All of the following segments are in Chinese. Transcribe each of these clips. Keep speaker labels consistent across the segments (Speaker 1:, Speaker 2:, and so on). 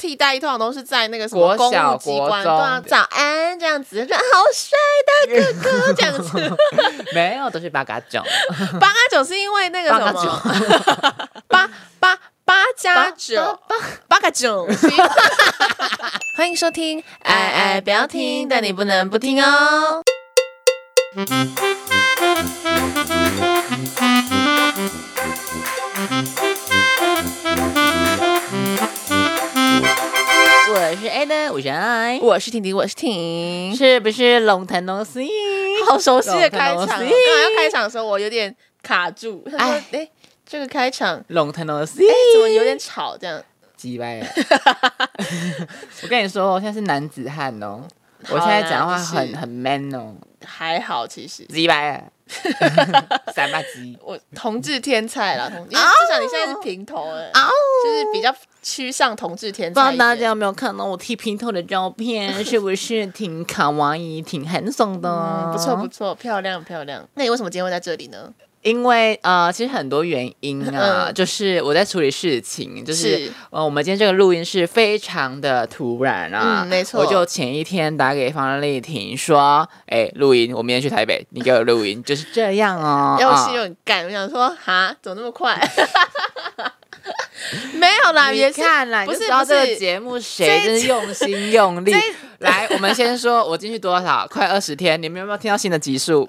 Speaker 1: 替代役通常都是在那个什么公
Speaker 2: 国小
Speaker 1: 务机关，
Speaker 2: 国中
Speaker 1: 对啊，早安这样子，说好帅大哥哥这样 子。
Speaker 2: 没有，都是八嘎 囧，
Speaker 1: 八加九是因为那个
Speaker 2: 八
Speaker 1: 什
Speaker 2: 嘎囧
Speaker 1: 么，八八八加九，八加 九。欢迎收听，哎哎不要听，但你不能不听哦。
Speaker 2: 我是 a d 我是 I，
Speaker 1: 我是婷婷，我是婷。
Speaker 2: 是不是龙腾龙死？哎
Speaker 1: 好熟悉的开场哦，刚
Speaker 2: 龙腾
Speaker 1: 好
Speaker 2: 龙
Speaker 1: 要开场的时候我有点卡住，哎
Speaker 2: 哎
Speaker 1: 哎，这个开场
Speaker 2: 龙腾龙死，
Speaker 1: 哎怎么有点吵这样？
Speaker 2: 鸡掰了！ 我跟你说，我现在是男子汉哦，
Speaker 1: 好
Speaker 2: 我
Speaker 1: 啦
Speaker 2: 现在讲话
Speaker 1: 是
Speaker 2: 很很 man 哦，
Speaker 1: 还好其实。
Speaker 2: 鸡掰了， 三八鸡。
Speaker 1: 我同志天才啦，同因为至少你现在是平头哎、就是比较趋向同志天
Speaker 2: 不知
Speaker 1: 才
Speaker 2: 道
Speaker 1: 一
Speaker 2: 大家
Speaker 1: 点。
Speaker 2: 有没有看到我剃平头的照片，是不是挺卡哇伊、挺寒爽的、
Speaker 1: 嗯，不错不错，漂亮漂亮。那你为什么今天会在这里呢？
Speaker 2: 因为呃，其实很多原因啊，
Speaker 1: 嗯
Speaker 2: 就是我在处理事情，就是
Speaker 1: 是
Speaker 2: 呃，我们今天这个录音是非常的突然啊，
Speaker 1: 嗯没错
Speaker 2: 我就前一天打给方丽婷说，哎、录音，我明天去台北，你给我录音，就是这 样哦。
Speaker 1: 然后我
Speaker 2: 啊
Speaker 1: 心有点干，我想说，哈，怎么那么快？ 没有啦，也
Speaker 2: 你
Speaker 1: 是
Speaker 2: 看啦，
Speaker 1: 不
Speaker 2: 你
Speaker 1: 是
Speaker 2: 就知道
Speaker 1: 不是
Speaker 2: 这个节目谁
Speaker 1: 这
Speaker 2: 真是用 心用力
Speaker 1: 这。
Speaker 2: 来，我们先说，我进去多少？快二十天，你们有没有听到新的集数？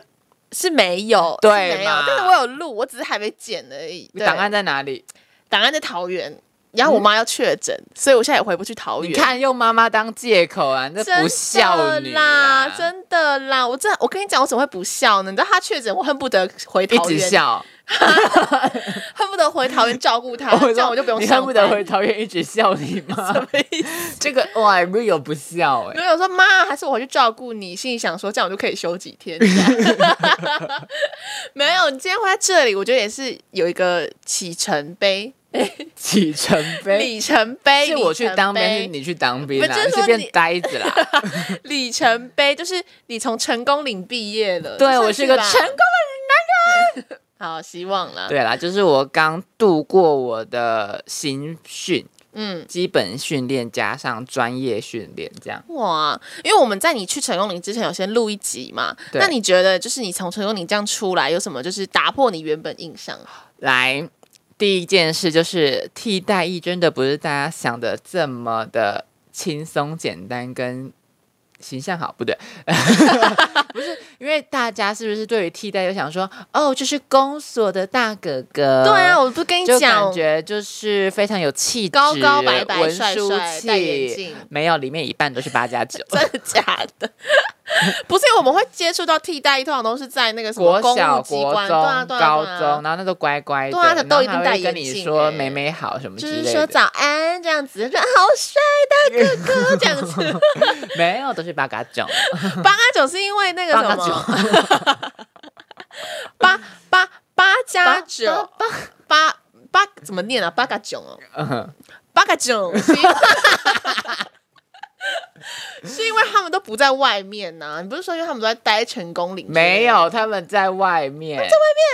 Speaker 1: 是没有，
Speaker 2: 对
Speaker 1: 是没有
Speaker 2: 嘛，
Speaker 1: 但是我有录，我只是还没剪而已。对
Speaker 2: 档案在哪里？
Speaker 1: 档案在桃园，然后我妈要确诊，
Speaker 2: 嗯
Speaker 1: 所以我现在也回不去桃园。
Speaker 2: 你看，用妈妈当借口啊，你这
Speaker 1: 真
Speaker 2: 不孝
Speaker 1: 的
Speaker 2: 女、啊、
Speaker 1: 啦，真的啦！我真的，我跟你讲，我怎么会不孝呢？你知道他确诊，我恨不得回
Speaker 2: 一
Speaker 1: 桃
Speaker 2: 直
Speaker 1: 园，
Speaker 2: 笑。
Speaker 1: 恨不得回桃园照顾他，
Speaker 2: 我
Speaker 1: 这样我就不用
Speaker 2: 你
Speaker 1: 上
Speaker 2: 恨不得
Speaker 1: 班
Speaker 2: 回。桃园一直笑你 吗？这个哇，real 不笑哎、
Speaker 1: 没有说妈，还是我回去照顾你。心里想说，这样我就可以休几 天。这样没有，你今天会在这里，我觉得也是有一个启程碑、
Speaker 2: 启程碑。
Speaker 1: 里程碑。
Speaker 2: 是我去当兵，是
Speaker 1: 里程碑，
Speaker 2: 你去当兵
Speaker 1: 不
Speaker 2: 啦，
Speaker 1: 是就是
Speaker 2: 你
Speaker 1: 说
Speaker 2: 是
Speaker 1: 你
Speaker 2: 变呆子啦。
Speaker 1: 里程碑就是你从成功岭毕业了。这
Speaker 2: 对
Speaker 1: 算
Speaker 2: 我是个
Speaker 1: 吧
Speaker 2: 成功
Speaker 1: 好，希望啦。，
Speaker 2: 对啦，就是我刚度过我的新训，
Speaker 1: 嗯。
Speaker 2: 基本训练加上专业训练，这样
Speaker 1: 哇，因为我们在你去成功岭之前有先录一集嘛，
Speaker 2: 对
Speaker 1: 那你觉得就是你从成功岭这样出来有什么就是打破你原本印象？
Speaker 2: 来。第一件事就是替代役真的不是大家想的这么的轻松简单跟形象好，不对， 不是因为大家是不是对于替代又想说哦，就是公所的大哥哥，
Speaker 1: 对啊，，我不跟你
Speaker 2: 呃就
Speaker 1: 讲
Speaker 2: 感，觉就是非常有气质，
Speaker 1: 高高白白、
Speaker 2: 文
Speaker 1: 帅
Speaker 2: 书
Speaker 1: 帅、
Speaker 2: 气，
Speaker 1: 戴眼镜，。
Speaker 2: 没有，里面一半都是八加九
Speaker 1: 真的假的？ 不是，因为我们会接触到替代役，通常都是在那个什么
Speaker 2: 国
Speaker 1: 公
Speaker 2: 小、
Speaker 1: 务机
Speaker 2: 国
Speaker 1: 关，
Speaker 2: 中、
Speaker 1: 对啊，对啊，
Speaker 2: 高
Speaker 1: 对
Speaker 2: 中，
Speaker 1: 啊。
Speaker 2: 然后那都乖乖的，
Speaker 1: 对啊他都一定
Speaker 2: 然后还会
Speaker 1: 戴眼
Speaker 2: 跟你
Speaker 1: 镜
Speaker 2: 说
Speaker 1: 欸
Speaker 2: 妹妹好什么
Speaker 1: 就
Speaker 2: 之
Speaker 1: 是
Speaker 2: 类
Speaker 1: 说
Speaker 2: 的，
Speaker 1: 早安这样子，说好帅大哥哥这样子。
Speaker 2: 没有，都是八嘎 囧，
Speaker 1: 八加九是因为那个
Speaker 2: 八
Speaker 1: 什
Speaker 2: 嘎
Speaker 1: 么
Speaker 2: 囧，
Speaker 1: 八八八加
Speaker 2: 八
Speaker 1: 九八八怎么念啊？八加九哦，
Speaker 2: 嗯
Speaker 1: 八嘎囧， 是因为是因为他们都不在外面呐、你不是说因为他们都在待成功岭？
Speaker 2: 没有，，他们在外面，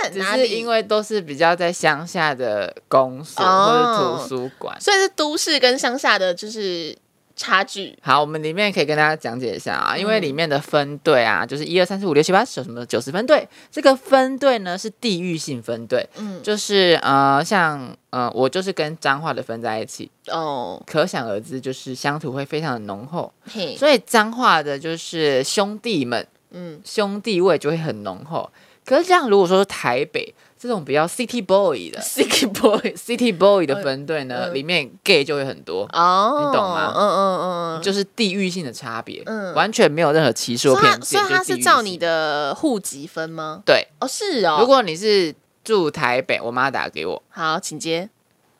Speaker 2: 在
Speaker 1: 只
Speaker 2: 只是因为都是比较在乡下的公所
Speaker 1: 哦
Speaker 2: 或者图书馆。
Speaker 1: 所以是都市跟乡下的就是差距。
Speaker 2: 好，我们里面可以跟大家讲解一下啊，因为里面的分队啊，就是一二三四五六七八九什么九十分队，这个分队呢是地域性分队，
Speaker 1: 嗯，
Speaker 2: 就是呃像呃我就是跟彰化的分在一起，
Speaker 1: 哦，
Speaker 2: 可想而知就是乡土会非常的浓厚，
Speaker 1: 嘿，
Speaker 2: 所以彰化的就是兄弟们
Speaker 1: 嗯，
Speaker 2: 兄弟味就会很浓厚。可是这样如果说是台北这种比较 city boy 的
Speaker 1: Sicky Boy，
Speaker 2: city boy 的分队呢，
Speaker 1: 嗯
Speaker 2: 里面 gay 就会很多。
Speaker 1: 哦，
Speaker 2: 你懂吗
Speaker 1: 嗯嗯嗯，
Speaker 2: 就是地域性的差别，
Speaker 1: 嗯
Speaker 2: 完全没有任何歧视
Speaker 1: 所
Speaker 2: 或
Speaker 1: 以
Speaker 2: 偏
Speaker 1: 他
Speaker 2: 见。
Speaker 1: 所以他
Speaker 2: 就是地域
Speaker 1: 照
Speaker 2: 性
Speaker 1: 你的户籍分吗？
Speaker 2: 对。
Speaker 1: 哦，是哦。
Speaker 2: 如果你是住台北，我妈打给我，
Speaker 1: 好，请接。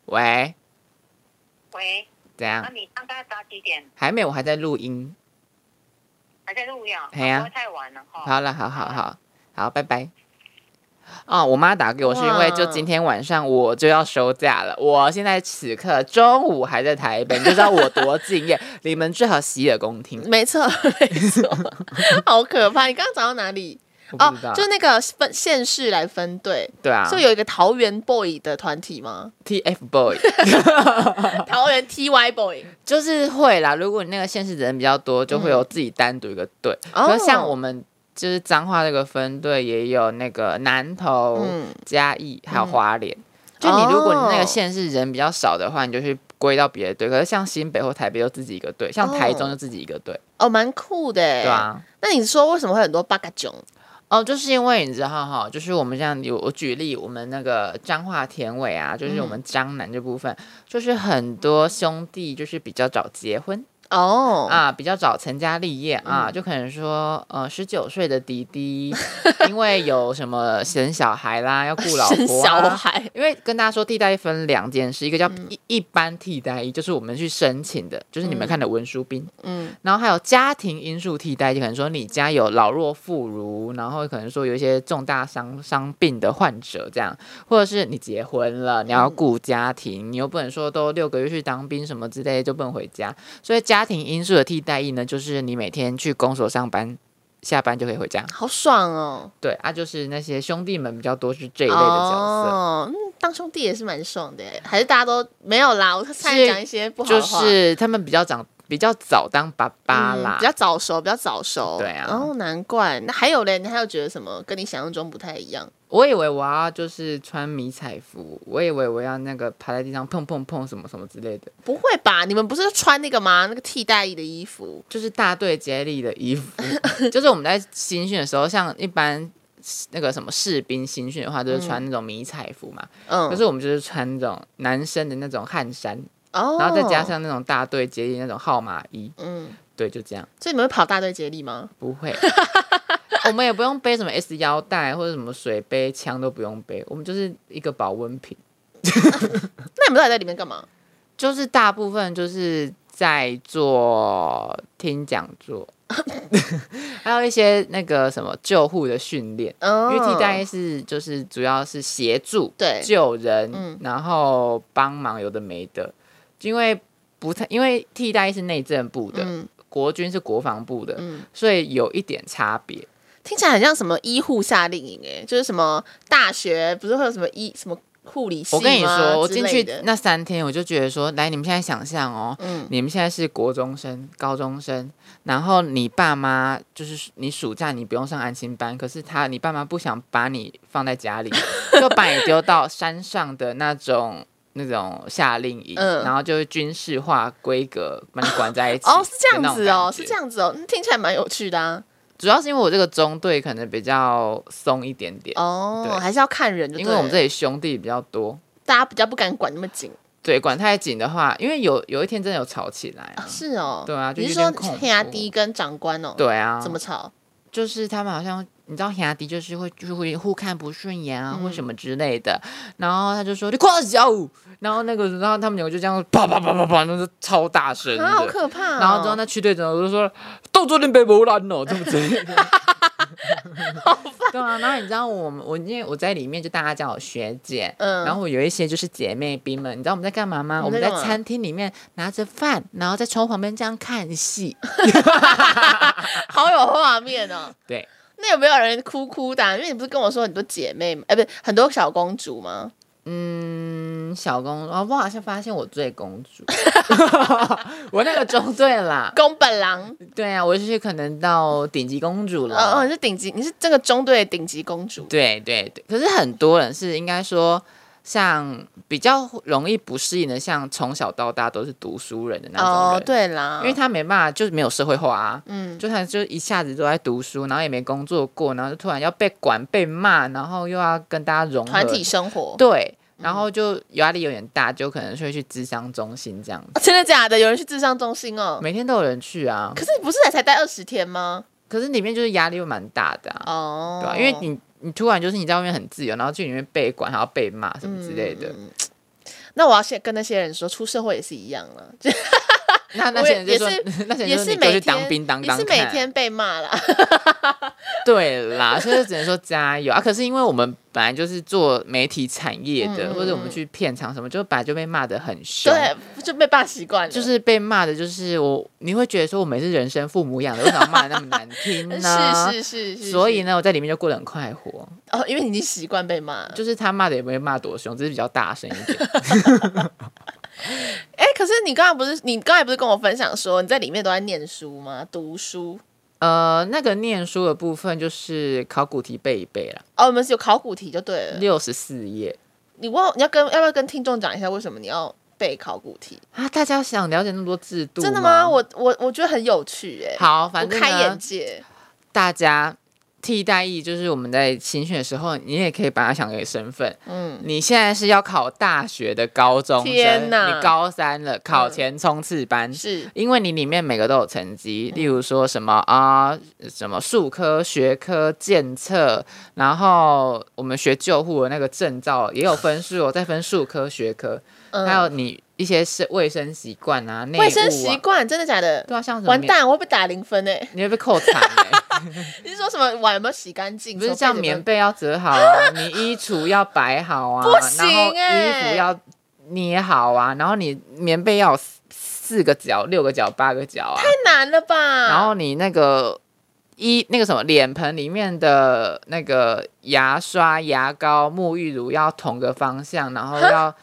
Speaker 2: 喂，
Speaker 3: 喂，
Speaker 2: 怎
Speaker 3: 那、
Speaker 2: 样？
Speaker 3: 你刚刚打几点？
Speaker 2: 还没，我还在录音。
Speaker 3: 还在录呀？啊
Speaker 2: 嘿呀
Speaker 3: 不会太晚了哈。
Speaker 2: 好了，好好好好，拜拜。哦，我妈打给我是因为就
Speaker 1: 哇
Speaker 2: 今天晚上我就要休假了，我现在此刻中午还在台北，你就知道我多敬业。你 们最好洗耳恭听。
Speaker 1: 没错，没错，好可怕！你刚刚讲到哪里？
Speaker 2: 我
Speaker 1: 哦
Speaker 2: 不知道，，
Speaker 1: 就那个分县市来分队，
Speaker 2: 对啊，
Speaker 1: 所以有一个桃园 boy 的团体吗？
Speaker 2: TF Boy
Speaker 1: 桃园 TY boy，
Speaker 2: 就是会啦。如果你那个县市人比较多，就会有自己单独一个队。
Speaker 1: 哦
Speaker 2: 嗯可是像我们就是彰化那个分队，也有那个南投、
Speaker 1: 嗯
Speaker 2: 嘉义还有
Speaker 1: 嗯
Speaker 2: 花莲。就你如果你那
Speaker 1: 哦
Speaker 2: 个县市人比较少的话，你就去归到别的队。可是像新北或台北就自己一个队，像台中
Speaker 1: 哦
Speaker 2: 就自己一个队，
Speaker 1: 哦，蛮酷的哎。
Speaker 2: 对啊。
Speaker 1: 那你说为什么会很多八嘎囧？
Speaker 2: 哦，就是因为你知道哈，就是我们像有我举例，我们那个彰化田尾啊，就是我们彰南这部分，就是很多兄弟就是比较早结婚
Speaker 1: 哦，
Speaker 2: 啊，比较早成家立业啊，就可能说呃十九岁的弟弟，因为有什么生小孩啦，要顾老
Speaker 1: 生
Speaker 2: 婆、
Speaker 1: 小
Speaker 2: 啊。
Speaker 1: 孩，
Speaker 2: 因为跟大家说，替代役分两件事，一个叫一、一般替代役，就是我们去申请的，就是你们看的文书兵，
Speaker 1: 嗯，
Speaker 2: 然后还有家庭因素替代，就可能说你家有老弱妇孺，然后可能说有一些重大伤伤病的患者这样，或者是你结婚了，你要顾家庭，你又不能说都六个月去当兵什么之类就不能回家，所以家庭因素的替代役呢，就是你每天去公所上班。下班就可以回家，
Speaker 1: 好爽哦。
Speaker 2: 对啊，就是那些兄弟们比较多是这一类的角
Speaker 1: 哦，嗯，当兄弟也是蛮爽的欸耶，还是大家都没有啦？我差
Speaker 2: 是
Speaker 1: 点讲一些不好
Speaker 2: 色，
Speaker 1: 的
Speaker 2: 就
Speaker 1: 话，
Speaker 2: 是他们比较长，比较早当爸爸
Speaker 1: 嗯
Speaker 2: 啦，
Speaker 1: 比较早熟，比较早熟，
Speaker 2: 对啊
Speaker 1: 哦，难怪。那还有嘞，你还有觉得什么跟你想象中不太一样？
Speaker 2: 我以为我要就是穿迷彩服，我以为我要那个趴在地上碰碰碰什么什么之类的，
Speaker 1: 不会吧？你们不是穿那个吗？那个替代役的衣服？
Speaker 2: 就是大队接力的衣服。 就是我们在新训的时候，像一般那个什么士兵新训的话，就是穿那种迷彩服嘛。
Speaker 1: 嗯，
Speaker 2: 可是我们就是穿那种男生的那种汗衫，
Speaker 1: 哦，
Speaker 2: 然后再加，上那种大队接力那种号码衣，
Speaker 1: 嗯，
Speaker 2: 对，就这样。
Speaker 1: 所以你们会跑大队接力吗？
Speaker 2: 不会， 我们也不用背什么 S 腰带或者什么水杯、枪都不用背，我们就是一个保温瓶。
Speaker 1: 那你们到底在里面干嘛？
Speaker 2: 就是大部分就是在做听讲座， 还有一些那个什么救护的训练，
Speaker 1: 嗯，
Speaker 2: 因为替代役是就是主要是协助
Speaker 1: 哦对
Speaker 2: 救人，
Speaker 1: 嗯
Speaker 2: 然后帮忙有的没的，因为不太因为替代役是内政部的，
Speaker 1: 嗯
Speaker 2: 国军是国防部的，
Speaker 1: 嗯，
Speaker 2: 所以有一点差别。
Speaker 1: 听起来很像什么医护夏令营哎，就是什么大学不是会有什么医什么护理系
Speaker 2: 我跟你
Speaker 1: 吗
Speaker 2: 说，我
Speaker 1: 之
Speaker 2: 进
Speaker 1: 类
Speaker 2: 去
Speaker 1: 的
Speaker 2: 那三天，我就觉得说，来，你们现在想象哦，
Speaker 1: 嗯
Speaker 2: 你们现在是国中生、高中生，然后你爸妈就是你暑假你不用上安心班，可是他你爸妈不想把你放在家 里，就把你丢到山上的那种那种夏令营，
Speaker 1: 嗯
Speaker 2: 然后就是军事化规格把你关在一起。
Speaker 1: 哦是这样子哦，是这。样子哦，嗯听起来蛮有趣的啊。
Speaker 2: 主要是因为我这个中队可能比较松一点点，
Speaker 1: 哦
Speaker 2: 对，
Speaker 1: 还是要看人就对
Speaker 2: 因
Speaker 1: 了，
Speaker 2: 为我们这里兄弟比较多。
Speaker 1: 大家比较不敢管那么紧、
Speaker 2: 对，管太紧的话，因为有有一天真的有吵起来、啊。
Speaker 1: 是哦。
Speaker 2: 对啊就
Speaker 1: 你是
Speaker 2: 有
Speaker 1: 说
Speaker 2: 点恐怖
Speaker 1: 天涯第一跟长官哦？、
Speaker 2: 对啊，
Speaker 1: 怎么吵？
Speaker 2: 就是他们好像你知道黑阿迪就是会就是会互看不顺眼啊、
Speaker 1: 嗯
Speaker 2: 或什么之类的，然后他就说你跨二十小五，然后那个然后他们两个就这样啪啪啪啪啪，那是超大声的，
Speaker 1: 啊，好可怕、哦！
Speaker 2: 然后之后那区队长就说动作点被磨烂哦，这么之 类的。对啊，然后你知道我们我因为我在里面就大家叫我学姐，
Speaker 1: 嗯
Speaker 2: 然后我有一些就是姐妹兵们，你知道我们在干嘛吗？
Speaker 1: 我
Speaker 2: 我
Speaker 1: 们
Speaker 2: 们
Speaker 1: 在
Speaker 2: 在
Speaker 1: 干嘛
Speaker 2: 餐厅里面拿着饭，然后在窗户旁边这样看戏，
Speaker 1: 好有画面哦。
Speaker 2: 对。
Speaker 1: 那有没有人哭哭的啊、因为你不是跟我说很多姐妹吗？哎、不是很多小公主吗？
Speaker 2: 嗯，小公主啊，我好像发现我最公 主， 我那个中队啦，
Speaker 1: 宫本狼，
Speaker 2: 对啊，我就是可能到顶级公主
Speaker 1: 哦
Speaker 2: 了。
Speaker 1: 哦，你是顶级，你是这个中队的顶级公主。
Speaker 2: 对对对，可是很多人是应该说，像比较容易不适应的，像从小到大都是读书人的那种
Speaker 1: 哦
Speaker 2: 人，，
Speaker 1: 对啦，
Speaker 2: 因为他没办法，就是没有社会化啊。
Speaker 1: 嗯，
Speaker 2: 就他就一下子都在读书，然后也没工作过，然后就突然要被管、被骂，然后又要跟大家融合，
Speaker 1: 团体生活、嗯
Speaker 2: 对，然后就压力有点大，就可能是会去智商中心这样子。
Speaker 1: 哦真的假的？有人去智商中心哦？
Speaker 2: 每天都有人去啊，
Speaker 1: 可是你不是才才待二十天吗？
Speaker 2: 可是里面就是压力又蛮大的啊，
Speaker 1: 哦，
Speaker 2: 对吧、因为你你突然就是你在外面很自由，然后去里面被管，还要被骂
Speaker 1: 嗯
Speaker 2: 什么之类的，
Speaker 1: 那我要先跟那些人说，出社会也是一样了，就
Speaker 2: 那那些人就说， 那些人
Speaker 1: 也
Speaker 2: 就说
Speaker 1: 是
Speaker 2: 你就
Speaker 1: 每
Speaker 2: 去
Speaker 1: 天
Speaker 2: 当兵当
Speaker 1: 也
Speaker 2: 当
Speaker 1: 是
Speaker 2: 看，
Speaker 1: 每天被骂啦。
Speaker 2: 对啦，所以就只能说加油啊！可是因为我们本来就是做媒体产业的，
Speaker 1: 嗯嗯
Speaker 2: 或者我们
Speaker 1: 嗯
Speaker 2: 去片场什么，就本来就被骂的很 凶。
Speaker 1: 对，就被骂习惯了，
Speaker 2: 就是被骂的，就是我，你会觉得说我们是人生父母养的，为什么要骂的那么难听呢？
Speaker 1: 呃是是 是是，
Speaker 2: 所以
Speaker 1: 是
Speaker 2: 呢，我在里面就过得很快活，
Speaker 1: 哦，因为你已经习惯被骂了。
Speaker 2: 就是他骂的也不会骂多凶，只是比较大声一点。
Speaker 1: 哎、可是你刚才不是你刚才不是跟我分享说你在里面都在念书吗？读书
Speaker 2: 呃，那个念书的部分就是考古题背一背啦，
Speaker 1: 哦，我们是有考古题就对了。
Speaker 2: 六十四页
Speaker 1: 你问你要跟要不要跟听众讲一下为什么你要背考古题？
Speaker 2: 啊！大家想了解那么多制度？
Speaker 1: 真的
Speaker 2: 吗？
Speaker 1: 吗？我我我觉得很有趣哎、
Speaker 2: 好，反
Speaker 1: 我
Speaker 2: 正
Speaker 1: 开
Speaker 2: 呢
Speaker 1: 眼界。
Speaker 2: 大家替代役，就是我们在新训的时候，你也可以把它想为身份。
Speaker 1: 嗯，
Speaker 2: 你现在是要考大学的高中生，
Speaker 1: 天哪嗯
Speaker 2: 你高三了，考前冲刺班。
Speaker 1: 是
Speaker 2: 因为你里面每个都有成
Speaker 1: 嗯
Speaker 2: 绩，例如说什么啊、什么数科、学科、检测，然后我们学救护的那个证照也有分数哦，再分数科、学科，
Speaker 1: 嗯
Speaker 2: 还有你一些是卫生习惯啊、内务啊，
Speaker 1: 卫生习惯，真的假的？
Speaker 2: 对啊，像什么
Speaker 1: 完，蛋，我会被打零分哎、
Speaker 2: 你会被扣惨、欸。
Speaker 1: 你是说什么碗有没有洗干净？
Speaker 2: 不是
Speaker 1: 手背
Speaker 2: 像
Speaker 1: 有没有
Speaker 2: 棉被要折好啊，你衣橱要摆好啊，
Speaker 1: 不行
Speaker 2: 然后衣
Speaker 1: 欸
Speaker 2: 服要捏好啊，然后你棉被要有四四个角、六个角、八个角啊，
Speaker 1: 太难了吧？
Speaker 2: 然后你那个衣那个什么脸盆里面的那个牙刷、牙膏、沐浴乳要同个方向，然后要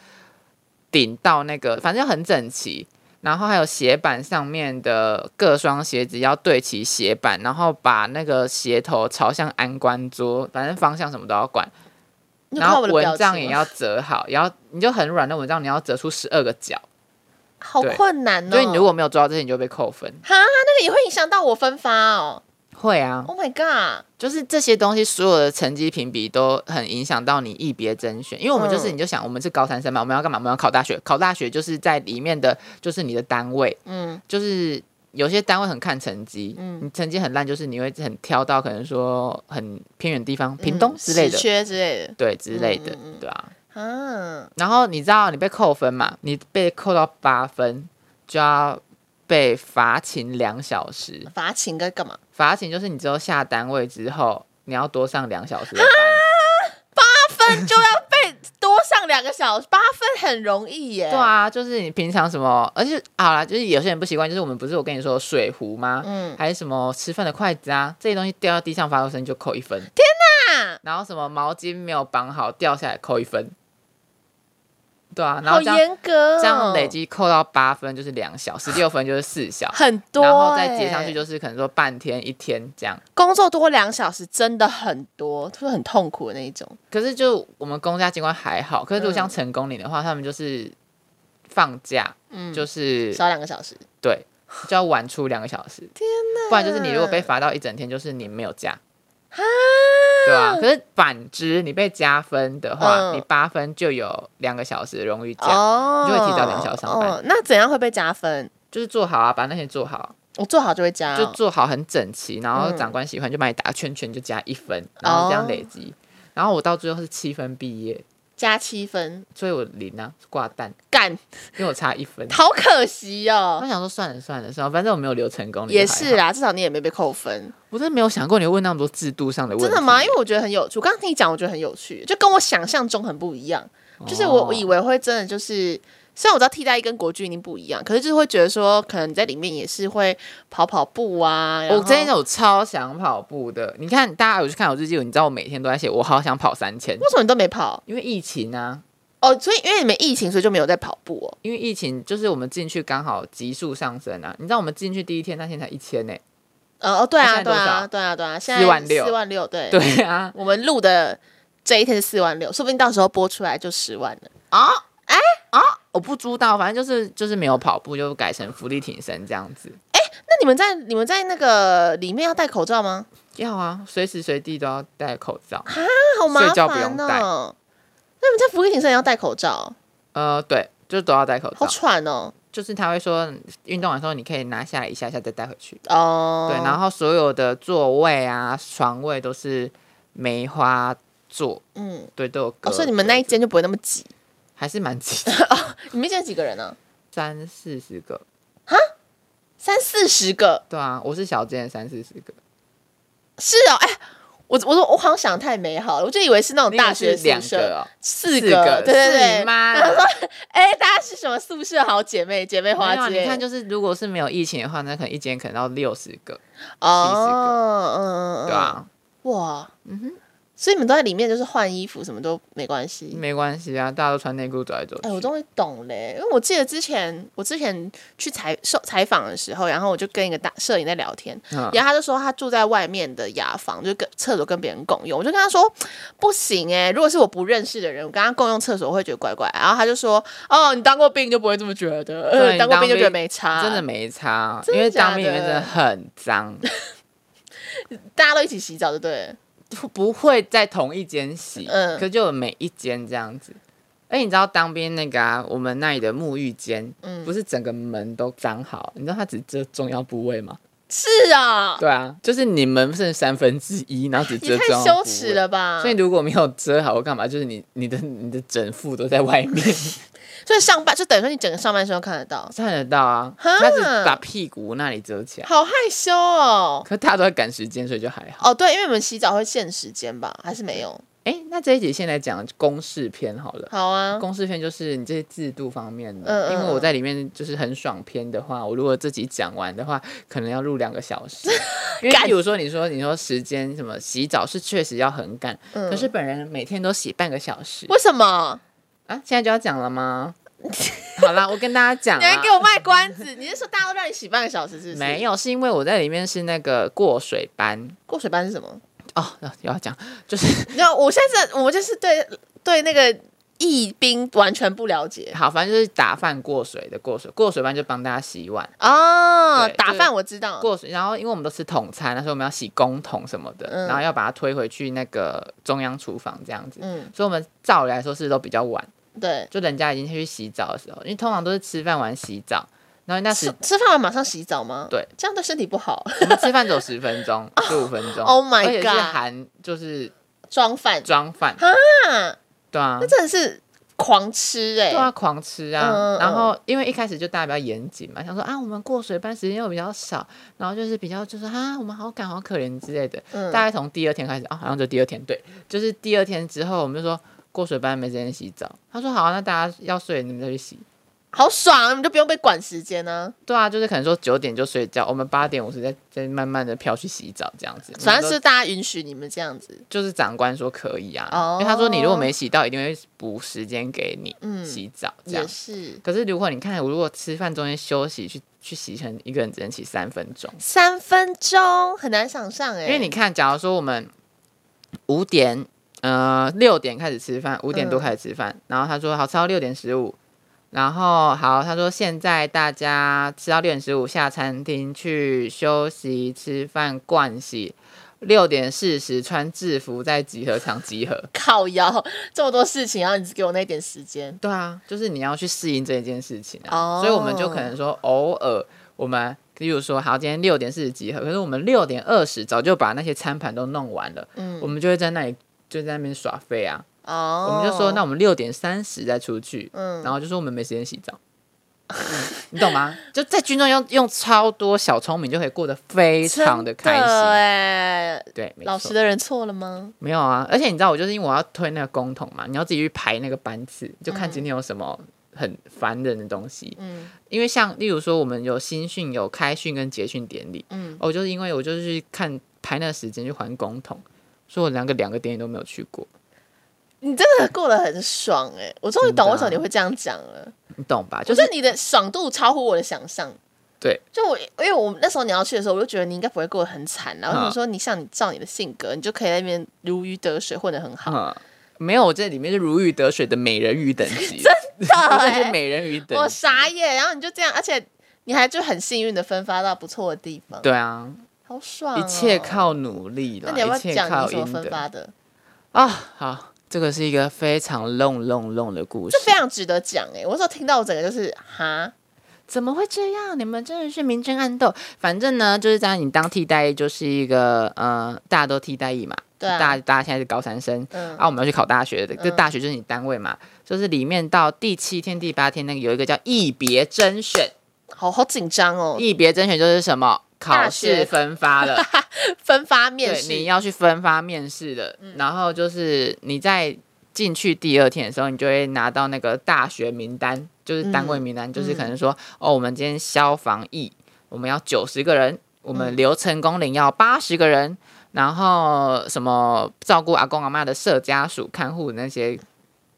Speaker 2: 顶到那个，反正很整齐。然后还有鞋板上面的各双鞋子要对齐鞋板，然后把那个鞋头朝向安官桌，反正方向什么都要管。
Speaker 1: 你有
Speaker 2: 然
Speaker 1: 看
Speaker 2: 后
Speaker 1: 我的表
Speaker 2: 蚊
Speaker 1: 情吗
Speaker 2: 帐也要折好，也要你就很软的蚊帐，你要折出十二个角。
Speaker 1: 好
Speaker 2: 对
Speaker 1: 困难哦。
Speaker 2: 所以你如果没有做到这些，你就被扣分。
Speaker 1: 哈，那个也会影响到我分发哦。
Speaker 2: 会啊，
Speaker 1: Oh my god！
Speaker 2: 就是这些东西，所有的成绩评比都很影响到你一别甄选，因为我们就是，
Speaker 1: 嗯
Speaker 2: 你就想，我们是高三生嘛，我们要干嘛？我们要考大学，考大学就是在里面的，就是你的单位，
Speaker 1: 嗯，
Speaker 2: 就是有些单位很看成绩，
Speaker 1: 嗯
Speaker 2: 你成绩很烂，就是你会很挑到可能说很偏远地方，屏东
Speaker 1: 嗯
Speaker 2: 之类的，
Speaker 1: 死缺之类的。
Speaker 2: 对之类的，
Speaker 1: 嗯嗯嗯
Speaker 2: 对啊。
Speaker 1: 啊，
Speaker 2: 然后你知道你被扣分嘛？你被扣到八分，就要被罚勤两小时。
Speaker 1: 罚勤该干嘛？
Speaker 2: 罚勤就是你只有下单位之后，你要多上两小时的班。
Speaker 1: 八分就要被多上两个小时，八分很容易耶。
Speaker 2: 对，啊，就是你平常什么，而且好啦，就是有些人不习惯，就是我们不是我跟你说水壶吗？
Speaker 1: 嗯，
Speaker 2: 还是什么吃饭的筷子啊，这些东西掉到地上发出声音就扣一分。
Speaker 1: 那
Speaker 2: 然后什么毛巾没有绑好掉下来扣一分。对啊，然
Speaker 1: 好
Speaker 2: 后这样、
Speaker 1: 严格哦，，
Speaker 2: 这样累积扣到八分就是两小，十六分就是四小
Speaker 1: 很多，欸哎
Speaker 2: 然后再叠上去就是可能说半天一天这样。
Speaker 1: 工作多两小时，真的很多，就是很痛苦的那一种。
Speaker 2: 可是就我们公家机关还好，可是如果像
Speaker 1: 嗯
Speaker 2: 成功领的话，他们就是放假，
Speaker 1: 嗯，
Speaker 2: 就是
Speaker 1: 少两个小时。
Speaker 2: 对，就要晚出两个小时。天哪！不然就是你如果被罚到一整天，就是你没有假。对啊，可是反之，你被加分的话，
Speaker 1: 嗯
Speaker 2: 你八分就有两个小时的荣誉假，
Speaker 1: 哦，
Speaker 2: 你就会提早两小时上班
Speaker 1: 哦。那怎样会被加分？
Speaker 2: 就是做好啊，把那些做好，
Speaker 1: 我做好就会加哦，
Speaker 2: 就做好很整齐，然后
Speaker 1: 嗯
Speaker 2: 长官喜欢就把你打个圈圈，就加一分，然后这样累积。然后我到最后是七分毕业，
Speaker 1: 加七分，
Speaker 2: 所以我零啊挂蛋，
Speaker 1: 干，。
Speaker 2: 因为我差一 分
Speaker 1: 好可惜哦
Speaker 2: 我。想说算了算了算了，反正我没有留成功，
Speaker 1: 也是
Speaker 2: 啊，
Speaker 1: 啦，至少你也没被扣分，
Speaker 2: 我真的没有想过你会问那么多制度上的问题。
Speaker 1: 真的吗？因为我觉得很有趣，我刚刚听你讲，我觉得很有趣，就跟我想象中很不一样。就是我我以为会真的就是，虽然我知道替代役跟国军一定不一样，可是就是会觉得说，可能你在里面也是会跑跑步啊。然后
Speaker 2: 我真的有超想跑步的。你看，大家有去看我日记，你知道我每天都在写，我好想跑三千，
Speaker 1: 为什么你都没跑？
Speaker 2: 因为疫情啊，
Speaker 1: 哦，所以因为你们疫情，所以就没有在跑步哦。
Speaker 2: 因为疫情就是我们进去刚好急速上升啊。你知道我们进去第一天那天才一千呢，
Speaker 1: 呃，哦，对
Speaker 2: 那
Speaker 1: 啊，
Speaker 2: 现在
Speaker 1: 对
Speaker 2: 多
Speaker 1: 啊，
Speaker 2: 少
Speaker 1: 对啊，对啊，现在
Speaker 2: 4万六
Speaker 1: 四万六，对。
Speaker 2: 对啊，
Speaker 1: 我们录的这一天是四万六，说不定到时候播出来就十万了。
Speaker 2: 啊哎啊，我不知道，反正就是就是没有跑步，就改成浮力挺身这样子。
Speaker 1: 那你们在你们在那个里面要戴口罩 吗？
Speaker 2: 要啊，随时随地都要戴口罩。
Speaker 1: 那好麻
Speaker 2: 睡觉不用
Speaker 1: 烦
Speaker 2: 戴
Speaker 1: 哦。那你们在福利挺身也要戴口罩，
Speaker 2: 呃，对，就都要戴口
Speaker 1: 好
Speaker 2: 罩。
Speaker 1: 喘哦。
Speaker 2: 就是他会说，运动的时候你可以拿下来一下下再戴回去。
Speaker 1: 哦，
Speaker 2: 对，然后所有的座位啊、床位都是梅花座，
Speaker 1: 嗯，
Speaker 2: 对，都有隔。
Speaker 1: 哦，所以你们那一间就不会那么挤。
Speaker 2: 还是蛮挤的，
Speaker 1: 啊你们一间几个人呢、
Speaker 2: 三四十个。
Speaker 1: 四十个，
Speaker 2: 对啊，我是小尖三四十个，
Speaker 1: 是哦，哎，我我说我好像想得太美好了，我就以为是那种哦大学
Speaker 2: 你以为是两
Speaker 1: 宿
Speaker 2: 个
Speaker 1: 舍。
Speaker 2: 哦，
Speaker 1: 四
Speaker 2: 四个
Speaker 1: 对对
Speaker 2: 是
Speaker 1: 对，
Speaker 2: 你妈
Speaker 1: 然后说，哎，大家是什么宿舍好姐妹、姐妹花
Speaker 2: 没有啊
Speaker 1: 姐？
Speaker 2: 你看，就是如果是没有疫情的话，那可能一间可能到六十个，
Speaker 1: 哦，嗯嗯嗯，
Speaker 2: 对啊，
Speaker 1: 哇，
Speaker 2: 嗯哼，
Speaker 1: 所以你们都在里面，就是换衣服，什么都没关系。
Speaker 2: 没关系啊，大家都穿内裤走来走去。
Speaker 1: 嗯哎、我终于懂嘞，因为我记得之前我之前去采受采访的时候，然后我就跟一个大摄影在聊天，
Speaker 2: 嗯
Speaker 1: 然后他就说他住在外面的雅房，就跟厕所跟别人共用。我就跟他说不行哎、如果是我不认识的人，我跟他共用厕所，我会觉得怪怪。然后他就说哦，你当过兵就不会这么觉得，
Speaker 2: 对
Speaker 1: 呃
Speaker 2: 你
Speaker 1: 当过
Speaker 2: 当
Speaker 1: 兵就觉得
Speaker 2: 兵
Speaker 1: 没差，
Speaker 2: 真的没差，啊
Speaker 1: 真的
Speaker 2: 因为当兵里
Speaker 1: 假的
Speaker 2: 面真的很脏，
Speaker 1: 大家都一起洗澡，对不对？
Speaker 2: 不会在同一间洗，
Speaker 1: 嗯
Speaker 2: 可就有每一间这样子。哎，你知道当兵那个啊，我们那里的沐浴间，
Speaker 1: 嗯
Speaker 2: 不是整个门都脏好，你知道它只遮重要部位吗？
Speaker 1: 是啊，
Speaker 2: 对啊，就是你们剩三分之一，然后只遮
Speaker 1: 也太
Speaker 2: 重要部
Speaker 1: 羞
Speaker 2: 位
Speaker 1: 耻。了吧！
Speaker 2: 欸所以如果没有遮好，我干嘛？就是你你的你的整副都在外 面，
Speaker 1: 所以上半就等于说你整个上半身都看得到，
Speaker 2: 看得到啊。
Speaker 1: 哈
Speaker 2: 他只把屁股那里遮起来，
Speaker 1: 好害羞哦。
Speaker 2: 可大家都在赶时间，所以就还好。
Speaker 1: 哦，对，因为我们洗澡会限时间吧？还是没有？
Speaker 2: 哎，那这一集先来讲公式篇好了。
Speaker 1: 好啊，
Speaker 2: 公式篇就是你这些制度方面的，
Speaker 1: 嗯嗯
Speaker 2: 因为我在里面就是很爽篇的话，我如果自己讲完的话，可能要录两个小 时。因为
Speaker 1: 赶
Speaker 2: 比如说你说你说时间什么洗澡是确实要很赶，
Speaker 1: 嗯
Speaker 2: 可是本人每天都洗半个小时
Speaker 1: 为什么？
Speaker 2: 啊，现在就要讲了吗？好啦，我跟大家讲
Speaker 1: 你还
Speaker 2: 啦
Speaker 1: 给。我卖关子？你是说大家都让你洗半个小时，是不是？
Speaker 2: 没，有，是因为我在里面是那个过水班
Speaker 1: 过水班是什么？
Speaker 2: 哦，有要讲就是
Speaker 1: 那我现在是我就是对对那个义兵完全不了解
Speaker 2: 好，反正就是打饭过水的过水，过水班就帮大家洗碗，
Speaker 1: 哦
Speaker 2: 对。
Speaker 1: 打
Speaker 2: 就是
Speaker 1: 饭我知道，
Speaker 2: 过水，然后因为我们都吃桶餐，那时候我们要洗公桶什么的，
Speaker 1: 嗯
Speaker 2: 然后要把它推回去那个中央厨房这样子。
Speaker 1: 嗯，
Speaker 2: 所以我们照理来说是都比较晚，
Speaker 1: 对，
Speaker 2: 就人家已经去洗澡的时候，因为通常都是吃饭完洗澡，然后那时
Speaker 1: 吃吃饭完马上洗澡吗？
Speaker 2: 对，
Speaker 1: 这样对身体不好。
Speaker 2: 我们吃饭只有十分钟、十五分 钟
Speaker 1: Oh my
Speaker 2: 而且是
Speaker 1: God
Speaker 2: 含就是
Speaker 1: 装饭
Speaker 2: 装饭，
Speaker 1: 啊，
Speaker 2: 对啊
Speaker 1: 那，真的是狂吃哎、
Speaker 2: 对啊，狂吃啊。
Speaker 1: 嗯嗯
Speaker 2: 然后因为一开始就大家比较严谨嘛，想说啊，我们过水班时间又比较少，然后就是比较就是啊，我们好赶好可怜之类的。
Speaker 1: 嗯
Speaker 2: 大概从第二天开始啊，好像就第二天，对，就是第二天之后，我们就说过水班没时间洗澡。他说好、啊，那大家要睡你们再去洗。
Speaker 1: 好爽，啊你就不用被管时间呢、
Speaker 2: 对啊，就是可能说九点就睡觉，我们八点五十再再慢慢的飘去洗澡这样子。
Speaker 1: 啊。反
Speaker 2: 我
Speaker 1: 正
Speaker 2: 们
Speaker 1: 是
Speaker 2: 都
Speaker 1: 大家允许你们这样子，
Speaker 2: 就是长官说可以啊，
Speaker 1: 哦
Speaker 2: 因为他说你如果没洗到，一定会补时间给你
Speaker 1: 嗯
Speaker 2: 洗澡这样
Speaker 1: 也。是
Speaker 2: 可是如果你看我如果吃饭中间休息去去洗，可能一个人只能洗三分钟，
Speaker 1: 三分钟很难想象哎、
Speaker 2: 因为你看，假如说我们五点呃六点开始吃饭，五点多
Speaker 1: 嗯
Speaker 2: 开始吃饭，然后他说好吃到六点十五，然后好他说现在大家吃到六点十五下餐厅去休息吃饭盥洗。六点四十穿制服在集合场集合，
Speaker 1: 靠腰这么多事情，然后你只给我那一点时间，
Speaker 2: 对啊，就是你要去适应这一件事情啊，
Speaker 1: 哦
Speaker 2: 所以我们就可能说偶尔我们。例如说，好，今天六点四十集合，可是我们六点二十早就把那些餐盘都弄完了，
Speaker 1: 嗯
Speaker 2: 我们就会在那里就在那边耍废啊。
Speaker 1: 哦，
Speaker 2: 我们就说，那我们六点三十再出去，
Speaker 1: 嗯
Speaker 2: 然后就说我们没时间洗 澡，嗯你懂吗？就在军中用用超多小聪明就可以过得非常的开
Speaker 1: 真的
Speaker 2: 心。
Speaker 1: 哎，
Speaker 2: 对，没
Speaker 1: 老
Speaker 2: 错
Speaker 1: 师的人错了吗？
Speaker 2: 没有啊，而且你知道，我就是因为我要推那个公桶嘛，你要自己去排那个班次，就看今天有什么很烦人的东西。
Speaker 1: 嗯
Speaker 2: 因为像例如说，我们有新训、有开训跟结训典礼，哦
Speaker 1: 嗯，
Speaker 2: 我、就是因为我就是去看排那个时间去还公桶，所以我两个两个典礼都没有去过，
Speaker 1: 你真的过得很爽哎、我终于
Speaker 2: 真的
Speaker 1: 懂
Speaker 2: 啊
Speaker 1: 为什么你会这样讲了，
Speaker 2: 你懂吧？就
Speaker 1: 就是是你的爽度超乎我的想象。
Speaker 2: 对，
Speaker 1: 就我，因为我那时候你要去的时候，我就觉得你应该不会过得很惨啦。
Speaker 2: 嗯
Speaker 1: 我想说，你像你照你的性格，你就可以在那边如鱼得水，混得很好。
Speaker 2: 嗯，没有，我这里面是如鱼得水的美人鱼等 级，
Speaker 1: 真的
Speaker 2: 我
Speaker 1: 欸
Speaker 2: 这是美人鱼等
Speaker 1: 我
Speaker 2: 级，
Speaker 1: 傻眼，然后你就这样，而且你还就很幸运的分发到不错的地方，
Speaker 2: 对啊，
Speaker 1: 好爽、哦
Speaker 2: 一切。靠努力
Speaker 1: 那
Speaker 2: 啦，
Speaker 1: 你要不要
Speaker 2: 一切
Speaker 1: 讲
Speaker 2: 靠
Speaker 1: 你怎么
Speaker 2: 应
Speaker 1: 分
Speaker 2: 得。
Speaker 1: 发的？
Speaker 2: 啊、好，这个是一个非常 long long long 的故事
Speaker 1: 这。非常值得讲哎、我那时候听到我整个就是哈，
Speaker 2: 怎么会这样？你们真的是明争暗斗。反正呢，就是在你当替代役就是一个呃，大家都替代役嘛，
Speaker 1: 对啊
Speaker 2: 大大家现在是高三生。
Speaker 1: 嗯
Speaker 2: 啊，我们要去考大学的，这
Speaker 1: 嗯
Speaker 2: 大学就是你单位嘛，就是里面到第七天、第八天那个有一个叫役别甄选，
Speaker 1: 好好紧张哦，
Speaker 2: 一别甄选就是什么考
Speaker 1: 大
Speaker 2: 试
Speaker 1: 学
Speaker 2: 分发了，
Speaker 1: 分发面
Speaker 2: 对，
Speaker 1: 试，嗯
Speaker 2: 你要去分发面试的，然后就是你在进去第二天的时候，你就会拿到那个大学名单，就是单
Speaker 1: 嗯
Speaker 2: 位名单，就是可能说，哦，我们今天消防役我们要九十个人，我
Speaker 1: 嗯
Speaker 2: 们留成功领要八十个人，然后什么照顾阿公阿妈的社家属看护那些。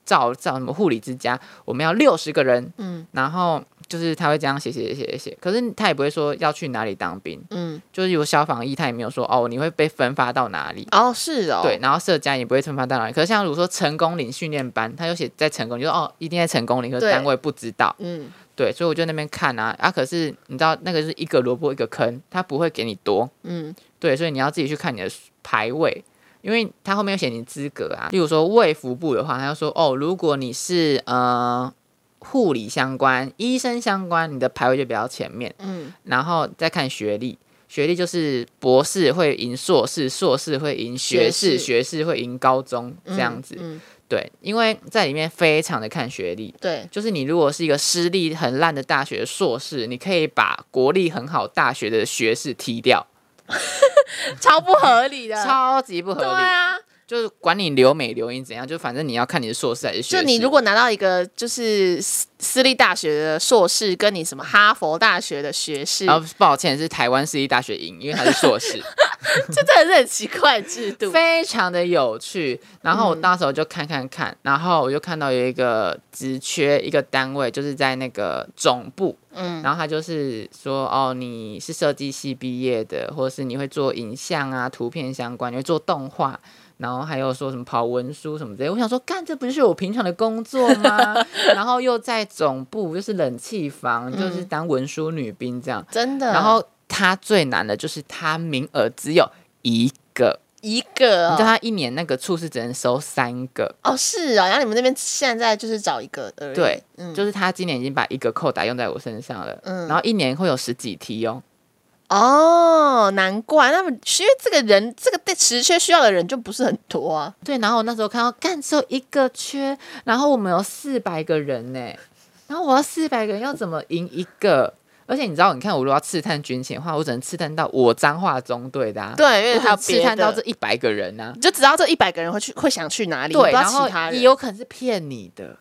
Speaker 2: 照照什么护理之家，我们要六十个人，
Speaker 1: 嗯
Speaker 2: 然后就是他会这样写写写写写，可是他也不会说要去哪里当兵，
Speaker 1: 嗯，
Speaker 2: 就是有消防役，他也没有说哦，你会被分发到哪里。
Speaker 1: 哦是哦，
Speaker 2: 对，，然后社家也不会分发到哪里。可是像如果说成功领训练班，他有写在成功领，你就说哦，一定在成功领，可是
Speaker 1: 对
Speaker 2: 单位不知道。
Speaker 1: 嗯
Speaker 2: 对，所以我就在那边看啊啊，可是你知道那个就是一个萝卜一个坑，他不会给你多。
Speaker 1: 嗯
Speaker 2: 对，所以你要自己去看你的排位，因为他后面有写你资格啊。例如说卫福部的话，他就说哦，如果你是呃护理相关、医生相关，你的排位就比较前面。
Speaker 1: 嗯
Speaker 2: 然后再看学历，学历就是博士会赢硕士，硕士会赢学
Speaker 1: 学
Speaker 2: 士，
Speaker 1: 士
Speaker 2: 学士会赢高中这样子。
Speaker 1: 嗯，嗯
Speaker 2: 对，因为在里面非常的看学历，
Speaker 1: 对，
Speaker 2: 就是你如果是一个私立很烂的大学硕士，你可以把国立很好大学的学士踢掉，
Speaker 1: 超不合理的，
Speaker 2: 超级不合
Speaker 1: 呃对
Speaker 2: 理。
Speaker 1: 啊，
Speaker 2: 就是管你留美留英怎样，就反正你要看你是硕士还是学
Speaker 1: 就
Speaker 2: 士。
Speaker 1: 你如果拿到一个就是私私立大学的硕士，跟你什么哈佛大学的学士，
Speaker 2: 然后抱歉是台湾私立大学赢，因为他是 硕士。
Speaker 1: 这真的是很奇怪的制度。
Speaker 2: 非常的有趣。然后我那时候就看看看，然后我就看到有一个职缺，一个单位就是在那个总部，
Speaker 1: 嗯
Speaker 2: 然后他就是说，哦，你是设计系毕业的，或者是你会做影像啊、图片相关，你会做动画。然后还有说什么跑文书什么之类，我想说，干这不是我平常的工作 吗？然后又在总部，就是冷气房，就是当文书女兵这样。
Speaker 1: 真的。
Speaker 2: 然后他最难的就是他名额只有一个，
Speaker 1: 一个
Speaker 2: 你知
Speaker 1: 哦
Speaker 2: 道他一年那个处是只能收三个，
Speaker 1: 哦是哦，然后你们那边现在就是找一个而已。
Speaker 2: 对，
Speaker 1: 嗯，
Speaker 2: 就是他今年已经把一个扣打用在我身上了，
Speaker 1: 嗯
Speaker 2: 然后一年会有十几题哦，
Speaker 1: 哦，难怪那么，因为这个人这个对职缺需要的人就不是很多啊。
Speaker 2: 对，然后我那时候看到干只有一个缺，然后我们有四百个人呢，然后我要四百个人要怎么赢一个？而且你知道，你看我如果要刺探军情的话，我只能刺探到我彰化中队的、啊，，
Speaker 1: 对，因为
Speaker 2: 我只
Speaker 1: 还有
Speaker 2: 能刺
Speaker 1: 别
Speaker 2: 探到这
Speaker 1: 的，
Speaker 2: 一百个人啊。
Speaker 1: 你就知道这一百个人会去会想去哪里，你
Speaker 2: 对，
Speaker 1: 不知道
Speaker 2: 然后
Speaker 1: 其他人
Speaker 2: 也有可能是骗你的，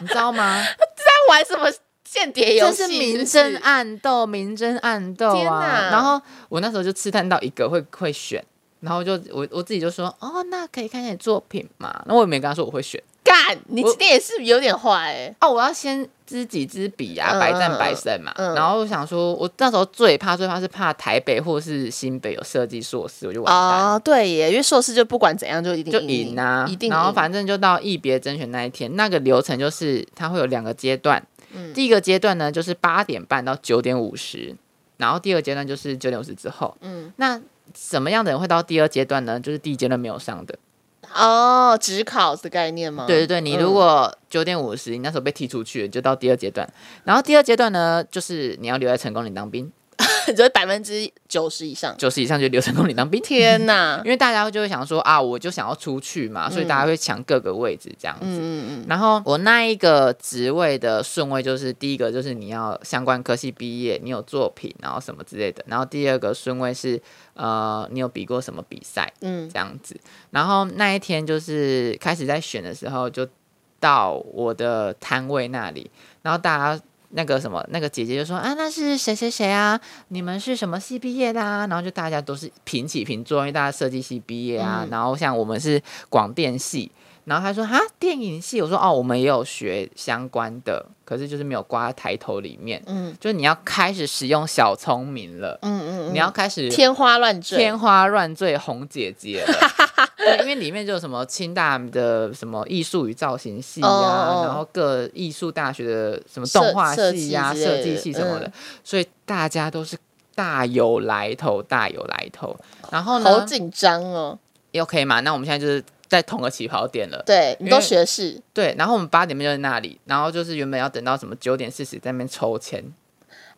Speaker 2: 你知道吗？
Speaker 1: 在玩什么间谍游戏，
Speaker 2: 这是
Speaker 1: 不
Speaker 2: 啊明争暗斗，明争暗斗
Speaker 1: 天
Speaker 2: 啊！
Speaker 1: 哪
Speaker 2: 然后我那时候就刺探到一个会会选，然后就我我自己就说，哦，那可以看一下你作品嘛。那我也没跟他说我会选
Speaker 1: 干，你
Speaker 2: 我
Speaker 1: 今天也是有点坏欸
Speaker 2: 哦，我要先知己知彼啊，
Speaker 1: 嗯
Speaker 2: 百战百胜嘛。
Speaker 1: 嗯嗯
Speaker 2: 然后我想说，我那时候最怕最怕是怕台北或是新北有设计硕士，我就完蛋。
Speaker 1: 哦，对耶，因为硕士就不管怎样就一定
Speaker 2: 就
Speaker 1: 赢
Speaker 2: 赢啊，
Speaker 1: 一定赢。
Speaker 2: 然后反正就到一别甄选那一天，那个流程就是它会有两个阶段，
Speaker 1: 嗯
Speaker 2: 第一个阶段呢就是八点半到九点五十，然后第二个阶段就是九点五十之后。
Speaker 1: 嗯
Speaker 2: 那什么样的人会到第二阶段呢？就是第一阶段没有上的。
Speaker 1: 哦，只考的概念吗？
Speaker 2: 对对对，你
Speaker 1: 嗯
Speaker 2: 如果九点五十，你那时候被踢出去，你就到第二阶段。然后第二阶段呢，就是你要留在成功岭当兵，
Speaker 1: 嗯 就是百分之九十以上，
Speaker 2: 九十以上就留成功岭当兵。
Speaker 1: 天哪！
Speaker 2: 因为大家就会想说啊，我就想要出去嘛，
Speaker 1: 嗯
Speaker 2: 所以大家会抢各个位置这样子。
Speaker 1: 嗯嗯
Speaker 2: 然后我那一个职位的顺位就是第一个就是你要相关科系毕业，你有作品，然后什么之类的。然后第二个顺位是呃，你有比过什么比赛
Speaker 1: 嗯
Speaker 2: 这样子。然后那一天就是开始在选的时候，就到我的摊位那里，然后大家。那个什么，那个姐姐就说啊，那是谁谁谁啊？你们是什么系毕业的啊？然后就大家都是平起平坐，因为大家设计系毕业啊。
Speaker 1: 嗯
Speaker 2: 然后像我们是广电系，然后他说哈电影系，我说哦，我们也有学相关的，可是就是没有挂在抬头里面。
Speaker 1: 嗯
Speaker 2: 就是你要开始使用小聪明了，
Speaker 1: 嗯嗯，嗯
Speaker 2: 你要开始
Speaker 1: 天花乱坠，
Speaker 2: 天花乱坠红姐姐了。 对，因为里面就有什么清大的什么艺术与造型系啊，
Speaker 1: 哦哦哦
Speaker 2: 然后各艺术大学的什么
Speaker 1: 设
Speaker 2: 动画系呀、
Speaker 1: 设计之类的
Speaker 2: 设计系什么的，
Speaker 1: 嗯
Speaker 2: 所以大家都是大有来头，大有来头。然后
Speaker 1: 好
Speaker 2: 呢
Speaker 1: 紧张哦。
Speaker 2: ，OK 嘛？那我们现在就是在同个起跑点了。
Speaker 1: 对你
Speaker 2: 因
Speaker 1: 都
Speaker 2: 为
Speaker 1: 学士，
Speaker 2: 对，然后我们八点半就在那里，然后就是原本要等到什么九点四十在那边抽签，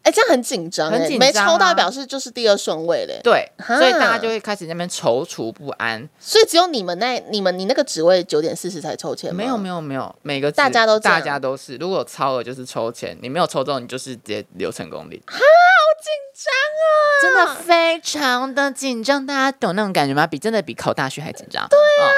Speaker 1: 哎，这样很紧张、欸，
Speaker 2: 很紧
Speaker 1: 没
Speaker 2: 张
Speaker 1: 抽到
Speaker 2: 啊
Speaker 1: 表示就是第二顺位嘞、
Speaker 2: 对，
Speaker 1: 哈
Speaker 2: 所以大家就会开始在那边踌躇不安。
Speaker 1: 所以只有你们那、你们你那个职位九点四十才抽签吗？
Speaker 2: 没有没有没有，每个
Speaker 1: 大
Speaker 2: 职
Speaker 1: 家都这
Speaker 2: 大
Speaker 1: 样
Speaker 2: 家都是，如果有超额就是抽签，你没有抽中，你就是直接留成功率。真
Speaker 1: 啊
Speaker 2: 的非常的紧张，大家懂那种感觉吗？比真的比考大学还紧张。对啊，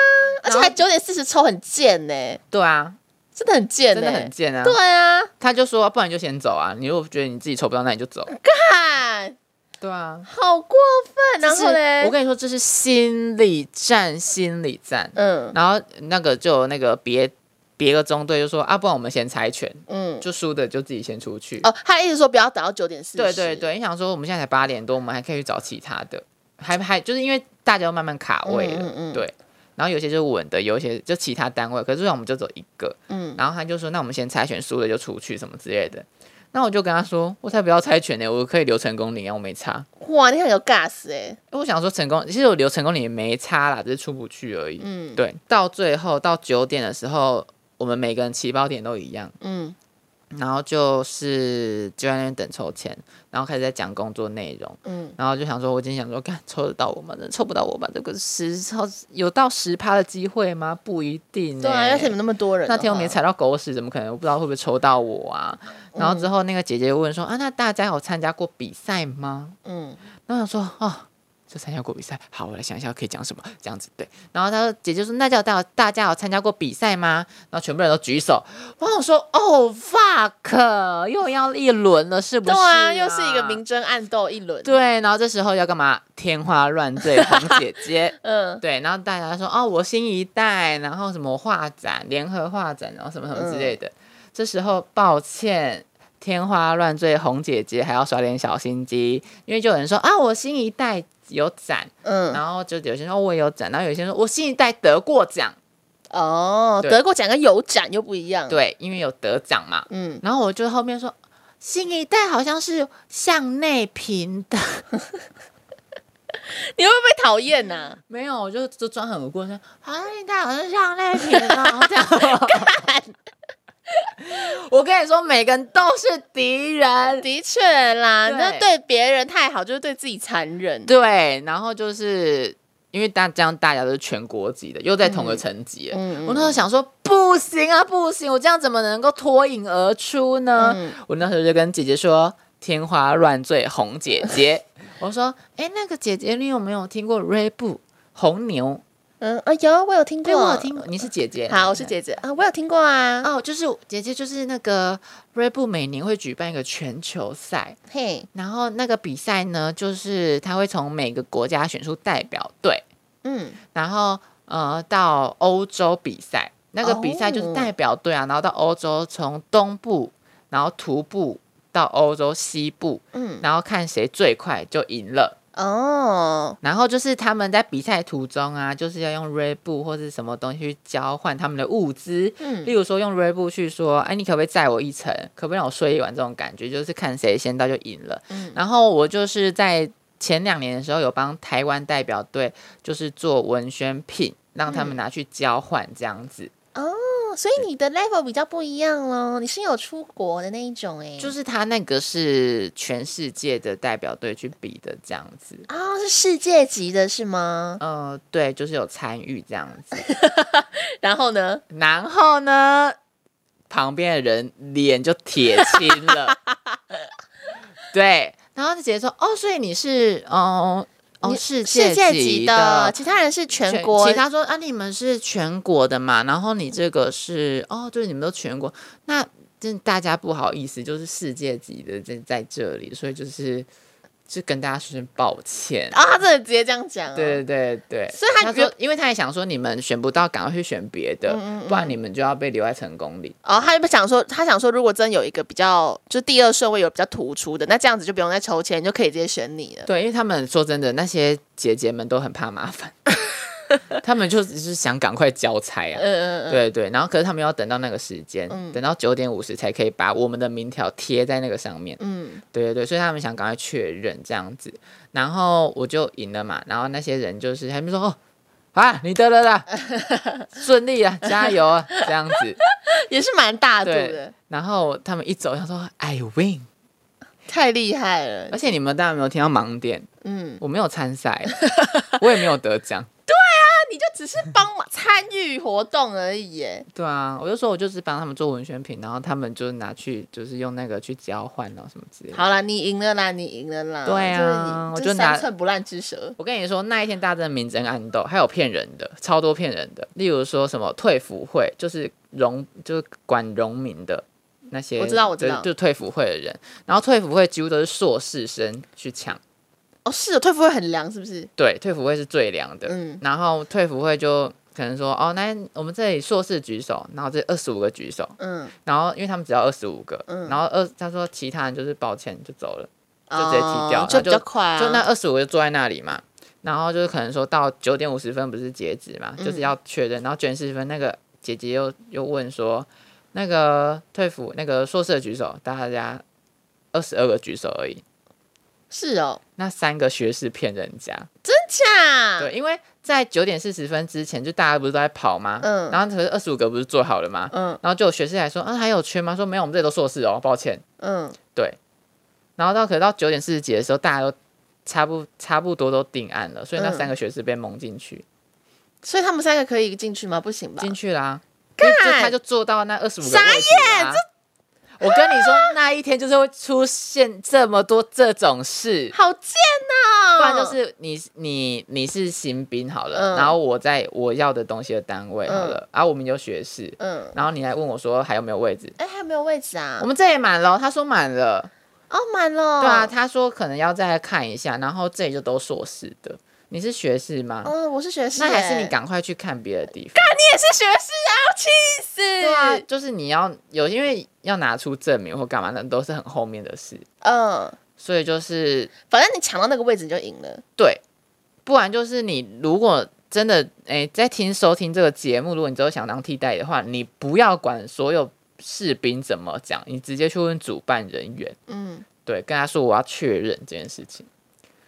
Speaker 1: 而且还九点四十抽很贱呢、
Speaker 2: 对啊，
Speaker 1: 真的很贱
Speaker 2: 真
Speaker 1: 呢、
Speaker 2: 的很贱啊。
Speaker 1: 对啊，
Speaker 2: 他就说，不然你就先走啊。你如果觉得你自己抽不到，那你就走。
Speaker 1: 看
Speaker 2: 对啊，
Speaker 1: 好过分，然
Speaker 2: 这
Speaker 1: 后
Speaker 2: 是
Speaker 1: 嘞
Speaker 2: 我，跟你说，这是心理战，心理战。
Speaker 1: 嗯
Speaker 2: 然后那个就有那个别别个中队就说啊，不然我们先猜拳，
Speaker 1: 嗯，
Speaker 2: 就输的就自己先出去。
Speaker 1: 哦，他的意思说不要等到九点四十，
Speaker 2: 对对，对，你想说我们现在才八点多，我们还可以去找其他的，还还就是因为大家都慢慢卡位了，
Speaker 1: 嗯嗯嗯
Speaker 2: 对。然后有些就是稳的，有一些就其他单位，可是我们就走一个。
Speaker 1: 嗯，
Speaker 2: 然后他就说，那我们先猜拳，输了就出去什么之类的。那我就跟他说，我才不要猜拳呢，我可以留成功领啊，我没差。
Speaker 1: 哇，你很有 gas 哎、欸，
Speaker 2: 因为我想说成功，其实我留成功领也没差啦，只是出不去而已。
Speaker 1: 嗯
Speaker 2: 对，到最后到九点的时候，我们每个人起跑点都一样。
Speaker 1: 嗯，
Speaker 2: 然后就是就在那边等抽签，然后开始在讲工作内容，
Speaker 1: 嗯
Speaker 2: 嗯，然后就想说，我今天想说，干抽得到我吗？真的抽不到我吧？这个十抽有到十趴的机会吗？不一定、欸。
Speaker 1: 对啊，要是你们那么多人的
Speaker 2: 那
Speaker 1: 话，
Speaker 2: 天我没踩到狗屎，怎么可能？我不知道会不会抽到我啊。然后之
Speaker 1: 嗯
Speaker 2: 后那个姐姐就问说，啊，那大家有参加过比赛吗？
Speaker 1: 嗯，
Speaker 2: 然后我想说，哦。就参加过比赛，好，我来想一下可以讲什么，这样子对。然后她说：“姐姐说，那叫大大家有参加过比赛吗？”然后全部人都举手。我想说：“哦，fuck，又要一轮了，是不
Speaker 1: 对
Speaker 2: 是、
Speaker 1: 啊，又是一个明争暗斗一轮，，
Speaker 2: 对。”然后这时候要干嘛？天花乱坠，黄姐姐
Speaker 1: 嗯
Speaker 2: 对。然后大家说：“哦，我新一代，然后什么画展、联合画展，然后什么什么之类的。这时候抱歉。天花乱坠，红姐姐还要耍点小心机，因为就有人说啊，我新一代有展，
Speaker 1: 嗯，
Speaker 2: 然后就有些人说哦我也有展，然后有些人说我新一代得过奖，
Speaker 1: 哦，
Speaker 2: 对
Speaker 1: 德国奖跟有奖又不一样，，
Speaker 2: 对，因为有得奖嘛。
Speaker 1: 嗯，
Speaker 2: 然后我就后面说新一代好像是向内平等，
Speaker 1: 你会不会讨厌啊呐？
Speaker 2: 没有，我就就装很无辜说啊好像应该好像向内平等 这样。 我跟你说，每个人都是敌人。
Speaker 1: 的确啦，
Speaker 2: 嗯对
Speaker 1: 那对别人太好，就是对自己残忍。
Speaker 2: 对，然后就是因为大这样大家都是全国级的，又在同个
Speaker 1: 嗯
Speaker 2: 层级了，
Speaker 1: 嗯
Speaker 2: 我那时候想说，不行啊，不行，我这样怎么能够脱颖而出呢？
Speaker 1: 嗯
Speaker 2: 我那时候就跟姐姐说，天花乱坠红姐姐， 我说，哎、那个姐姐，你有没有听过 r e b 红牛？
Speaker 1: 嗯啊，有我有听
Speaker 2: 对，
Speaker 1: 过，
Speaker 2: 我有听。过，你是姐姐，
Speaker 1: 好，我是。姐姐啊，我有听过啊。
Speaker 2: 哦，就是姐姐，就是那个 r e b 每年会举办一个全球赛，
Speaker 1: 嘿，
Speaker 2: 然后那个比赛呢，就是他会从每个国家选出代表队，
Speaker 1: 嗯
Speaker 2: 然后呃到欧洲比赛，那个比赛就是
Speaker 1: 哦
Speaker 2: 代表队啊，然后到欧洲从东部，然后徒步到欧洲西部，
Speaker 1: 嗯，
Speaker 2: 然后看谁最快就赢了。
Speaker 1: 哦，
Speaker 2: 然后就是他们在比赛途中啊，就是要用 Red Bull 或是什么东西去交换他们的物资。
Speaker 1: 嗯
Speaker 2: 例如说用 Red Bull 去说，哎，你可不可以载我一程？可不可以让我睡一晚？这种感觉就是看谁先到就赢了。
Speaker 1: 嗯
Speaker 2: 然后我就是在前两年的时候有帮台湾代表队就是做文宣品，
Speaker 1: 嗯
Speaker 2: 让他们拿去交换这样子。
Speaker 1: 哦所以你的 level 比较不一样咯，你是有出国的那一种哎，
Speaker 2: 就是是他那个是全世界的代表队去比的这样子。
Speaker 1: 啊，是世界级的是吗？
Speaker 2: 呃，对，就是有参与这样子。
Speaker 1: 然后呢？
Speaker 2: 然后呢，旁边的人脸就铁青 了。对，然后就直接说：“哦，所以你是哦哦
Speaker 1: 你
Speaker 2: 世界
Speaker 1: 世界级
Speaker 2: 的
Speaker 1: 的，其他人是全
Speaker 2: 全
Speaker 1: 国
Speaker 2: 其他说啊，你们是全国的嘛，然后你这个是哦，对，你们都全国，那真的大家不好意思，就是世界级的在在这里，所以就是就跟大家说声抱歉。
Speaker 1: 啊，他真的直接这样讲哦，
Speaker 2: 对对对对，
Speaker 1: 所以他
Speaker 2: 说
Speaker 1: 就，
Speaker 2: 因为嗯他也想说你们选不到，赶快去选别的，
Speaker 1: 嗯嗯嗯
Speaker 2: 不然你们就要被留在成功里。
Speaker 1: 哦，他就想说，他想说，如果真有一个比较，就第二顺位有比较突出的，那这样子就不用再抽签，你就可以直接选你了。
Speaker 2: 对，因为他们说真的，那些姐姐们都很怕麻 烦，他们就只是想赶快交差啊。
Speaker 1: 嗯嗯嗯，
Speaker 2: 对对，然后可是他们要等到那个时间，
Speaker 1: 嗯
Speaker 2: 等到九点五十才可以把我们的名条贴在那个上面。
Speaker 1: 嗯
Speaker 2: 对对对，所以他们想赶快确认这样子，然后我就赢了嘛，然后那些人就是还没说哦。啊，你得了 啦，顺利啊，加油啊，这样子。
Speaker 1: 也是蛮大度
Speaker 2: 对
Speaker 1: 的。，
Speaker 2: 然后他们一走，想说 I win，
Speaker 1: 太厉害了
Speaker 2: 而。且你啊们大家有没有听到盲点？
Speaker 1: 嗯，
Speaker 2: 我没有参 赛，我也没有得奖。
Speaker 1: 那你就只是帮忙参与活动而已耶。
Speaker 2: 对啊，我就说我就是帮他们做文宣品，然后他们就是拿去就是用那个去交换啊什么之类 的。
Speaker 1: 好啦，你赢了啦，你赢了啦。
Speaker 2: 对啊
Speaker 1: 就是
Speaker 2: 我
Speaker 1: 你
Speaker 2: 就
Speaker 1: 这
Speaker 2: 拿
Speaker 1: 三寸不烂之舌。
Speaker 2: 我跟你说，那一天大家真的明争暗斗，还有骗人的，超多骗人的。例如说什么退服会，就是农就是管农民的那些，
Speaker 1: 我知道我知道
Speaker 2: 就就退服会的人。然后退服会几乎都是硕士生去抢，
Speaker 1: 哦，是哦退服会很凉，是不是？
Speaker 2: 对，退服会是最凉的。
Speaker 1: 嗯
Speaker 2: 然后退服会就可能说，哦，那我们这里硕士举手，然后这二十五个举手，
Speaker 1: 嗯，
Speaker 2: 然后因为他们只要二十五个，
Speaker 1: 嗯
Speaker 2: 然后二他说其他人就是抱歉就走了，就直接踢掉
Speaker 1: 哦
Speaker 2: 然后
Speaker 1: 就比较
Speaker 2: 就
Speaker 1: 快啊。
Speaker 2: 就那二十五个就坐在那里嘛，然后就是可能说到九点五十分不是截止嘛，
Speaker 1: 嗯
Speaker 2: 就是要确认，然后九点四十分那个姐姐又又问说，那个退服那个硕士的举手，大家二十二个举手而已，
Speaker 1: 是哦，
Speaker 2: 那三个学士骗人家，
Speaker 1: 真假？
Speaker 2: 对，因为在九点四十分之前就大家不是都在跑吗？
Speaker 1: 嗯
Speaker 2: 然后可是二十五个不是做好了吗？
Speaker 1: 嗯
Speaker 2: 然后就有学士来说，啊还有缺吗？说没有，我们这里都硕士哦，抱歉。
Speaker 1: 嗯，
Speaker 2: 对，然后到可能到九点四十几的时候，大家都差不差不多都定案了，所以那
Speaker 1: 嗯
Speaker 2: 三个学士被蒙进去，
Speaker 1: 所以他们三个可以进去吗？不行吧？
Speaker 2: 进去啦、因为就
Speaker 1: 干
Speaker 2: 他就坐到那二十五个
Speaker 1: 傻
Speaker 2: 位置、啊。我跟你说，那一天就是会出现这么多这种事，
Speaker 1: 好贱哦！
Speaker 2: 不然就是你你你是新兵好了，
Speaker 1: 嗯
Speaker 2: 然后我在我要的东西的单位好了，啊，我们有学士，
Speaker 1: 嗯，
Speaker 2: 然后你来问我说还有没有位置，
Speaker 1: 哎，还没有位置啊
Speaker 2: 我？们这也满了哦，他说满了。
Speaker 1: 哦，满了。
Speaker 2: 对啊，他说可能要再看一下，然后这里就都硕士的，你是学士吗？
Speaker 1: 嗯，我是学士
Speaker 2: 那
Speaker 1: 耶，
Speaker 2: 还是你赶快去看别的地方。
Speaker 1: 你也是学士啊！我气死。
Speaker 2: 对啊，就是你要有，因为要拿出证明或干嘛，那都是很后面的事。
Speaker 1: 嗯，
Speaker 2: 所以就是
Speaker 1: 反正你抢到那个位置你就赢了。
Speaker 2: 对，不然就是你如果真的诶在听收听这个节目，如果你之后想当替代的话，你不要管所有士兵怎么讲，你直接去问主办人员。
Speaker 1: 嗯，
Speaker 2: 对，跟他说我要确认这件事情。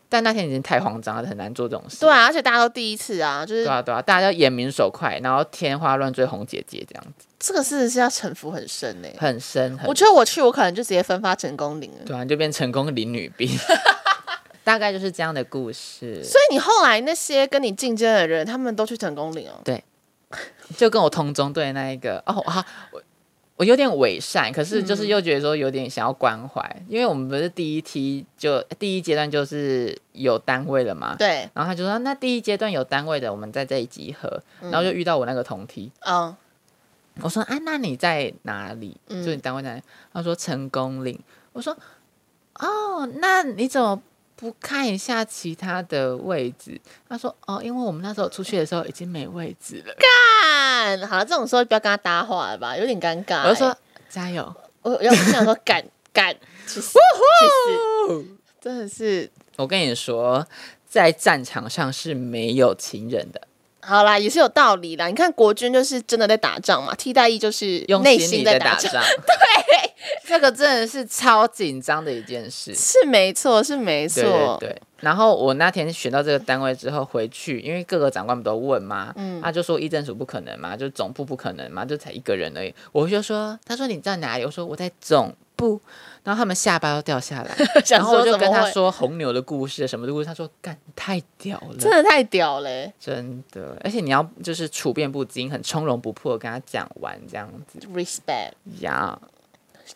Speaker 2: 但那天已经太慌张了，很难做这种事。
Speaker 1: 对啊，而且大家都第一次啊，就是
Speaker 2: 对啊，对啊，大家要眼明手快，然后天花乱坠红姐姐这样子，
Speaker 1: 这个事是要城府很深呢。
Speaker 2: 很深很
Speaker 1: 我觉得我去，我可能就直接分发成功领了。
Speaker 2: 对啊，就变成功林女 兵，大概就是这样的故事。
Speaker 1: 所以你后来那些跟你竞争的人，他们都去成功领哦。
Speaker 2: 就跟我同中队那一个哦啊，我我有点伪善，可是
Speaker 1: 嗯
Speaker 2: 就是又觉得说有点想要关怀，因为我们不是第一梯就第一阶段就是有单位了嘛，
Speaker 1: 对，
Speaker 2: 然后他就说啊那第一阶段有单位的，我们在这里集合，然后就遇到我那个同梯，
Speaker 1: 嗯，
Speaker 2: 我说啊，那你在哪里？
Speaker 1: 嗯
Speaker 2: 就你单位在哪里？他说成功岭。我说哦，那你怎么不看一下其他的位置？他说哦，因为我们那时候出去的时候已经没位置了。
Speaker 1: 干，好了，这种时候就不要跟他搭话了吧，有点尴尬欸。
Speaker 2: 我就说加油，
Speaker 1: 我，我要我想说干 干，去死，去死，真的是。
Speaker 2: 我跟你说，在战场上是没有情人的，
Speaker 1: 好啦，也是有道理啦。你看国军就是真的在打仗嘛，替代役就是
Speaker 2: 用
Speaker 1: 内
Speaker 2: 心
Speaker 1: 心
Speaker 2: 里在
Speaker 1: 打
Speaker 2: 打仗。 对，这个真的是超紧张的一件事。
Speaker 1: 是没错，是没错。
Speaker 2: 对对对。然后我那天选到这个单位之后回去，因为各个长官不都问嘛，他就说一政署不可能嘛，就总部不可能嘛，就才一个人而已。我就说，他说你在哪里？我说我在总部。然后他们下巴都掉下 来，
Speaker 1: 想
Speaker 2: 然后我
Speaker 1: 说
Speaker 2: 就
Speaker 1: 怎么
Speaker 2: 跟他
Speaker 1: 会，
Speaker 2: 说红牛的故事，什么的故事。他说干太屌
Speaker 1: 真
Speaker 2: 了，
Speaker 1: 的太屌嘞、
Speaker 2: 真的，而且你要就是处变不惊，很从容不迫地跟他讲完这样子
Speaker 1: r e s p e c t
Speaker 2: 呀，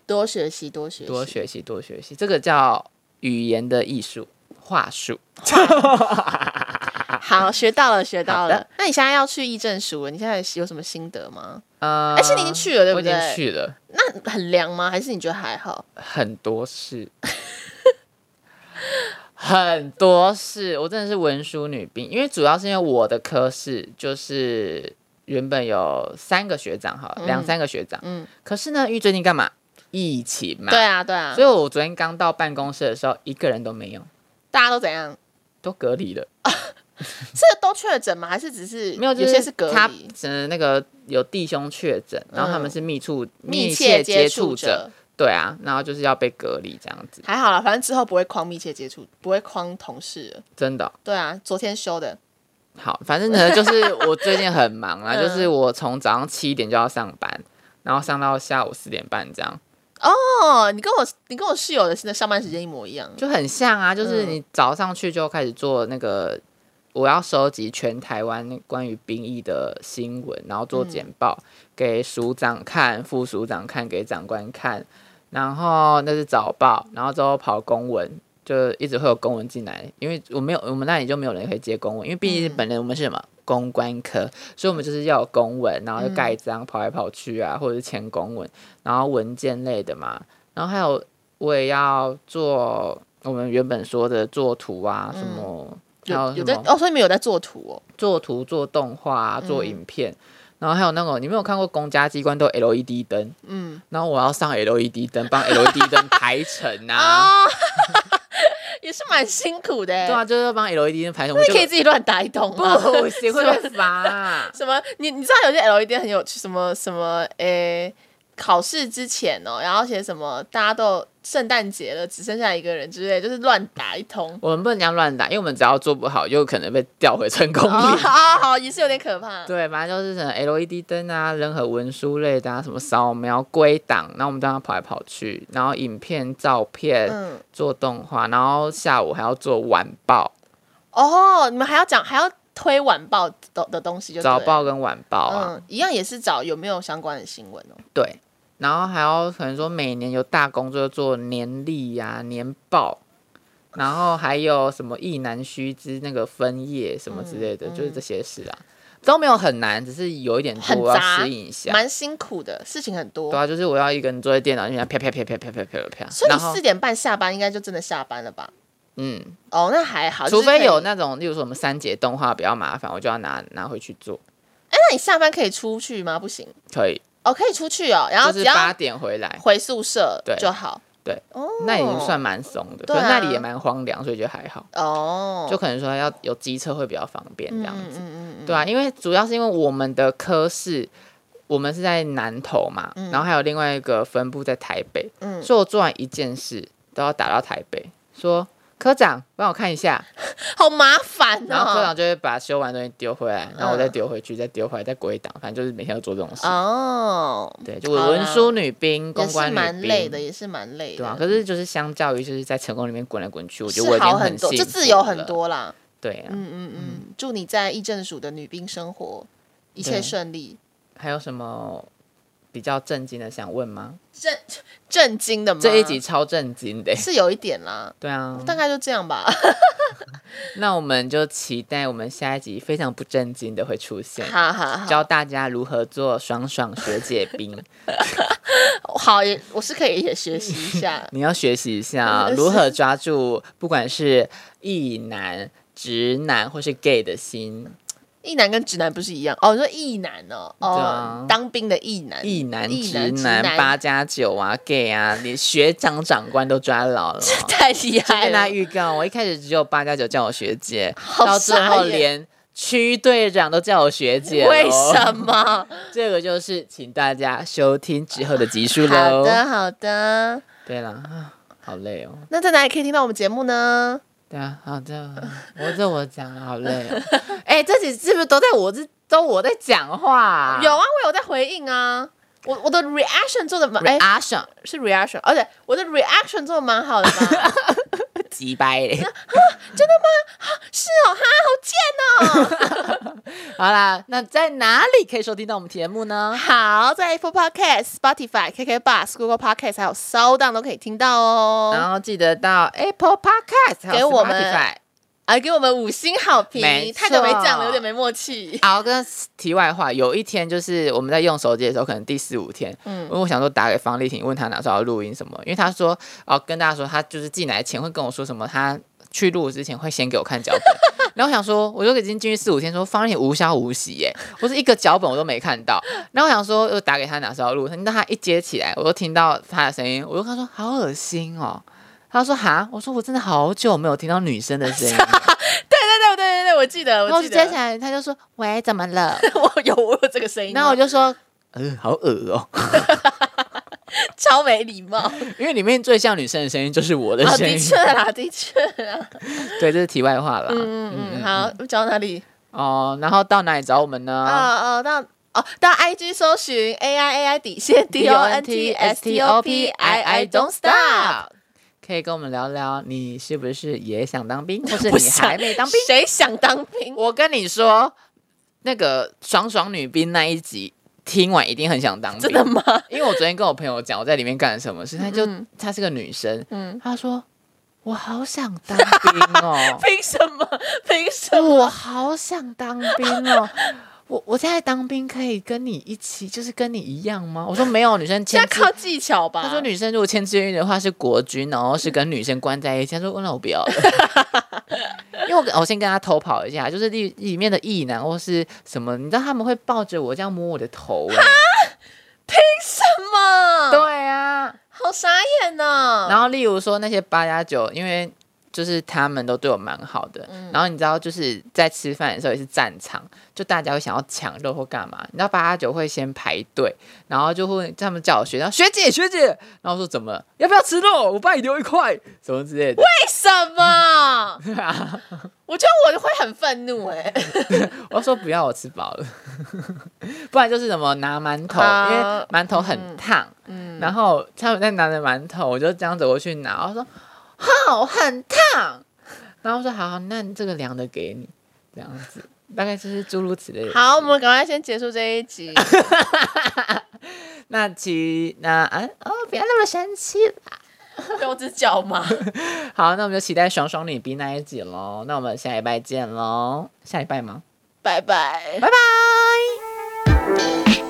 Speaker 1: 多学习，多学习，
Speaker 2: 多学习多学习，这个叫语言的艺术话术。
Speaker 1: 好，学到了，学到
Speaker 2: 好
Speaker 1: 了
Speaker 2: 的。
Speaker 1: 那你现在要去议政署了，你现在有什么心得吗？
Speaker 2: 呃，
Speaker 1: 而且哎你已经去了对不
Speaker 2: 我已经
Speaker 1: 对
Speaker 2: 去了。
Speaker 1: 那很凉吗？还是你觉得还好？
Speaker 2: 很多事， 很多事，我真的是文书女兵，因为主要是因为我的科室就是原本有三个学长好了，两、三个学长，
Speaker 1: 嗯
Speaker 2: 可是呢，因为最近干嘛？疫情嘛，
Speaker 1: 对，啊，对啊
Speaker 2: 所，以我昨天刚到办公室的时候，一个人都没有，
Speaker 1: 大家都怎样？
Speaker 2: 都隔离了，
Speaker 1: 这个都确诊吗？还是只是
Speaker 2: 没有，就
Speaker 1: 有些是隔
Speaker 2: 他
Speaker 1: 离，嗯
Speaker 2: 呃那个有弟兄确诊，然后他们是密处、
Speaker 1: 密
Speaker 2: 切
Speaker 1: 接
Speaker 2: 接触
Speaker 1: 者
Speaker 2: 者，对啊，然后就是要被隔离这样子，
Speaker 1: 还好啦，反正之后不会框密切接触，不会框同事了。
Speaker 2: 真的哦、
Speaker 1: 对啊，昨天修的，
Speaker 2: 好，反正呢，就是我最近很忙啦，
Speaker 1: 嗯
Speaker 2: 就是我从早上七点就要上班，然后上到下午四点半这样，
Speaker 1: 哦，你跟我你跟我室友的现在上班时间一模一样，
Speaker 2: 就很像啊，就是
Speaker 1: 嗯
Speaker 2: 你早上去就开始做那个，我要收集全台湾关于兵役的新闻，然后做简报、给署长看、副署长看、给长官看，然后那是早报，然后之后跑公文。就一直会有公文进来，因为我没有我们那里就没有人可以接公文，因为毕竟
Speaker 1: 嗯
Speaker 2: 本人我们是什么公关科，所以我们就是要有公文，然后就盖章跑来跑去啊，或者是签公文，然后文件类的嘛，然后还有我也要做我们原本说的做图啊，什么，还
Speaker 1: 嗯有
Speaker 2: 什
Speaker 1: 有在嗯
Speaker 2: 么
Speaker 1: 哦，所以你们有在做图哦，
Speaker 2: 做图、做动画、啊、做影片，然后还有那种你没有看过公家机关都有 LED 灯，
Speaker 1: 嗯
Speaker 2: 然后我要上 LED 灯帮 LED 灯排成 啊，
Speaker 1: 啊，也是蛮辛苦的欸。
Speaker 2: 对啊，就是要帮 LED 灯排成，我
Speaker 1: 那
Speaker 2: 就
Speaker 1: 你可以 自己乱打一通吗？
Speaker 2: 不 行会
Speaker 1: 什么
Speaker 2: 被罚啊。
Speaker 1: 什么？你你知道有些 LED 很有趣，什么什么诶、考试之前哦，然后写什么大家都圣诞节了，只剩下一个人之类，就是乱打一通。
Speaker 2: 我们不能这样乱打，因为我们只要做不好，就可能被调回成功
Speaker 1: 哦，
Speaker 2: 里。
Speaker 1: 好好，也是有点可怕。
Speaker 2: 对，反正就是什么 LED 灯啊、任何文书类的啊，什么扫描、归档，然后我们当然跑来跑去，然后影片、照片、
Speaker 1: 嗯，
Speaker 2: 做动画，然后下午还要做晚报、
Speaker 1: 哦，你们还要讲，还要推晚报的的东西就对
Speaker 2: 早报跟晚报啊，
Speaker 1: 嗯，一样也是找有没有相关的新闻哦。
Speaker 2: 对，然后还要可能说每年有大工作做年历呀、年报，然后还有什么意难须知那个分页什么之类的，
Speaker 1: 嗯
Speaker 2: 就是这些事啊，都没有很难，只是有一点多
Speaker 1: 很
Speaker 2: 我要
Speaker 1: 杂
Speaker 2: 适应一下。
Speaker 1: 蛮辛苦的，事情很多。
Speaker 2: 对啊，就是我要一个人坐在电脑里面啪啪啪啪啪啪啪啪啪，
Speaker 1: 所以
Speaker 2: 然
Speaker 1: 你
Speaker 2: 后
Speaker 1: 四点半下班应该就真的下班了吧？
Speaker 2: 嗯，
Speaker 1: 哦，那还好，就
Speaker 2: 除
Speaker 1: 是可以
Speaker 2: 非有，那种，例如说我们三节动画比较麻烦，我就要拿拿回去做，
Speaker 1: 那你下班可以出去吗？不行，
Speaker 2: 可以，
Speaker 1: 哦，可以出去哦，然后
Speaker 2: 就
Speaker 1: 只
Speaker 2: 是
Speaker 1: 要哦
Speaker 2: 八点回来，
Speaker 1: 回宿舍
Speaker 2: 对
Speaker 1: 就好。
Speaker 2: 对
Speaker 1: 哦，
Speaker 2: 那已经算蛮松的，
Speaker 1: 对
Speaker 2: 可是那里
Speaker 1: 啊
Speaker 2: 也蛮荒凉，所以就还好，
Speaker 1: 哦，
Speaker 2: 就可能说要有机车会比较方便这样
Speaker 1: 嗯
Speaker 2: 子，
Speaker 1: 嗯嗯嗯，
Speaker 2: 对啊，因为主要是因为我们的科室。我们是在南投嘛，
Speaker 1: 嗯
Speaker 2: 然后还有另外一个分部在台北，
Speaker 1: 嗯
Speaker 2: 所以我做完一件事都要打到台北，说科长帮我看一下，
Speaker 1: 好麻烦
Speaker 2: 然后科
Speaker 1: 哦。
Speaker 2: 长就会把修完的东西丢回来，然后我再
Speaker 1: 嗯
Speaker 2: 丢回去，再丢回来，再归档，反正就是每天要做这种事。
Speaker 1: 哦，
Speaker 2: 对，就我
Speaker 1: 嗯好啦
Speaker 2: 文书女兵、
Speaker 1: 也
Speaker 2: 公
Speaker 1: 是
Speaker 2: 关
Speaker 1: 蛮
Speaker 2: 女
Speaker 1: 累
Speaker 2: 兵
Speaker 1: 的，，也是蛮累
Speaker 2: 对啊。
Speaker 1: 的。
Speaker 2: 可是就是相较于就是在成功里面滚来滚去，我觉得我
Speaker 1: 是
Speaker 2: 已经
Speaker 1: 好很多，
Speaker 2: 幸
Speaker 1: 就
Speaker 2: 福
Speaker 1: 自由很
Speaker 2: 了，
Speaker 1: 多啦。
Speaker 2: 对啊。
Speaker 1: 嗯嗯嗯，祝你在议政署的女兵生活一切
Speaker 2: 对啊
Speaker 1: 顺利。
Speaker 2: 还有什么比较震惊的想问吗？
Speaker 1: 震震惊的吗？
Speaker 2: 这一集超震惊 的，
Speaker 1: 是有一点啦，
Speaker 2: 对啊。
Speaker 1: 大概就这样吧。
Speaker 2: 那我们就期待我们下一集非常不震惊的会 出现，
Speaker 1: 哈哈哈，
Speaker 2: 教大家如何做爽爽学姐兵。。
Speaker 1: 好，也我是可以也学习一下
Speaker 2: 你要学习一 下啊如何抓住不管是异男、直男或是 gay 的心。
Speaker 1: 异男跟直男不是一样哦？你说异男哦，
Speaker 2: 对啊
Speaker 1: 哦，当兵的异男，
Speaker 2: 异男、
Speaker 1: 异
Speaker 2: 直
Speaker 1: 男直
Speaker 2: 男、
Speaker 1: 男
Speaker 2: 八加九啊、gay 啊，连学长、长官都抓 牢了。
Speaker 1: 太厉
Speaker 2: 就
Speaker 1: 害
Speaker 2: 跟他
Speaker 1: 了。
Speaker 2: 预告，我一开始只有八加九叫我学姐，
Speaker 1: 好
Speaker 2: 到最后
Speaker 1: 傻眼
Speaker 2: 连区队长都叫我学姐咯。
Speaker 1: 为什 么？
Speaker 2: 这个就是请大家收听之后的集数
Speaker 1: 好
Speaker 2: 喽。
Speaker 1: 的，好的。
Speaker 2: 对了，啊好累哦。
Speaker 1: 那在哪里可以听到我们节目呢？
Speaker 2: 对啊，好的，我这我讲了，好累哦。哎、这集是不是都在我这都我在讲话、啊？
Speaker 1: 有啊，我有在回应啊。我我的 reaction 做的蛮哎、
Speaker 2: 阿爽
Speaker 1: 是 reaction，而且我的 reaction 做的蛮好的吧？
Speaker 2: 鸡掰嘞。
Speaker 1: 是哦，哈，好贱哦。
Speaker 2: 好啦，那在哪里可以收听到我们节目呢？
Speaker 1: 好，在 Apple Podcast、Spotify、KK Bus、Google Podcast 还有 s o u n 都可以听到哦。
Speaker 2: 然后记得到 Apple Podcast 还有
Speaker 1: 给我们
Speaker 2: Spotify
Speaker 1: 啊，给我们五星好
Speaker 2: 没
Speaker 1: 评，太久没
Speaker 2: 错
Speaker 1: 讲了，有点没默 契。
Speaker 2: 好，跟题外话，有一天就是我们在用手机的时候，可能第四五天，
Speaker 1: 嗯
Speaker 2: 嗯，因为我想说打给方丽婷，问她哪时候要录音什么，因为她说哦，跟大家说她就是进来前会跟我说什么，她去录之前会先给我看脚本， 然后我想说，我就已经进去四五天说方丽婷无消无息耶，我是一个脚本我都没看到，然后我想说又打给她哪时候要录，但她一接起来，我就听到她的声音，我就跟她说好恶心哦。她说哈，我说我真的好久没有听到女生的声音了，
Speaker 1: 对对对对对对，我记得，
Speaker 2: 然
Speaker 1: 我
Speaker 2: 后我
Speaker 1: 记
Speaker 2: 就
Speaker 1: 得
Speaker 2: 接起，来，她就说喂，怎么了？
Speaker 1: 我有我有这个声音，
Speaker 2: 然后我就说，呃，好恶哦、
Speaker 1: 超没礼貌。 啊，
Speaker 2: 因为里面最像女生的声音就是我的声音。
Speaker 1: 的确啦，的确啦。嗯
Speaker 2: 对，这是题外话啦。嗯
Speaker 1: 嗯嗯嗯，好，我讲到哪里？
Speaker 2: 哦，然后到哪里找我们呢？
Speaker 1: 啊啊，到。哦，到 IG 搜寻 AI AI 底线 D O N T S T O P I I Don't Stop。
Speaker 2: 可以跟我们聊聊，你是不是也想当兵，或 是
Speaker 1: 不
Speaker 2: 你
Speaker 1: 想
Speaker 2: 还没当兵？
Speaker 1: 谁想当兵？
Speaker 2: 我跟你说，那个爽爽女兵那一集听完一定很想当兵，
Speaker 1: 真的吗？
Speaker 2: 因为我昨天跟我朋友讲我在里面干了什么事，她就、
Speaker 1: 嗯
Speaker 2: 她是个女生，
Speaker 1: 嗯，，
Speaker 2: 她说我好想当兵哦
Speaker 1: 凭什么？凭什么？
Speaker 2: 我好想当兵哦。我我现在当兵可以跟你一起，就是跟你一样吗？我说没有，女生
Speaker 1: 现
Speaker 2: 签
Speaker 1: 在
Speaker 2: 字
Speaker 1: 靠技巧吧。
Speaker 2: 他说女生如果签志愿的话是国军，然后是跟女生关在一起。他说那我不要了， 因为我跟我先跟他偷跑一下，就是里里面的异男或是什么，你知道他们会抱着我这样摸我的头、欸，
Speaker 1: 什么？，
Speaker 2: 对啊。
Speaker 1: 好傻眼哦呢。
Speaker 2: 然后例如说那些八加九，因为就是他们都对我蛮好的，
Speaker 1: 嗯
Speaker 2: 然后你知道就是在吃饭的时候也是战场，就大家会想要抢肉或干嘛，你知道八加九会先排队，然后就会他们叫我学长学姐学姐，然后说怎么了要不要吃肉，我帮你留一块什么之类的，
Speaker 1: 为什 么？
Speaker 2: 对啊，
Speaker 1: 我觉得我会很愤怒哎、
Speaker 2: 我说不要我吃饱了， 不然就是什么拿馒头，
Speaker 1: 啊
Speaker 2: 因为馒头很烫，
Speaker 1: 嗯，
Speaker 2: 然后他们在拿着馒头，我就这样走过去拿，我说好很烫，然后我说好，好那这个凉的给你，这样子，大概就是诸如此类的。
Speaker 1: 好，我们赶快先结束这一 集。
Speaker 2: 那其那啊哦，不要那么生气啦。
Speaker 1: 六只脚嘛，
Speaker 2: 好，那我们就期待爽爽女逼那一集喽。那我们下礼拜见喽，下礼拜吗？
Speaker 1: 拜拜。
Speaker 2: 拜拜。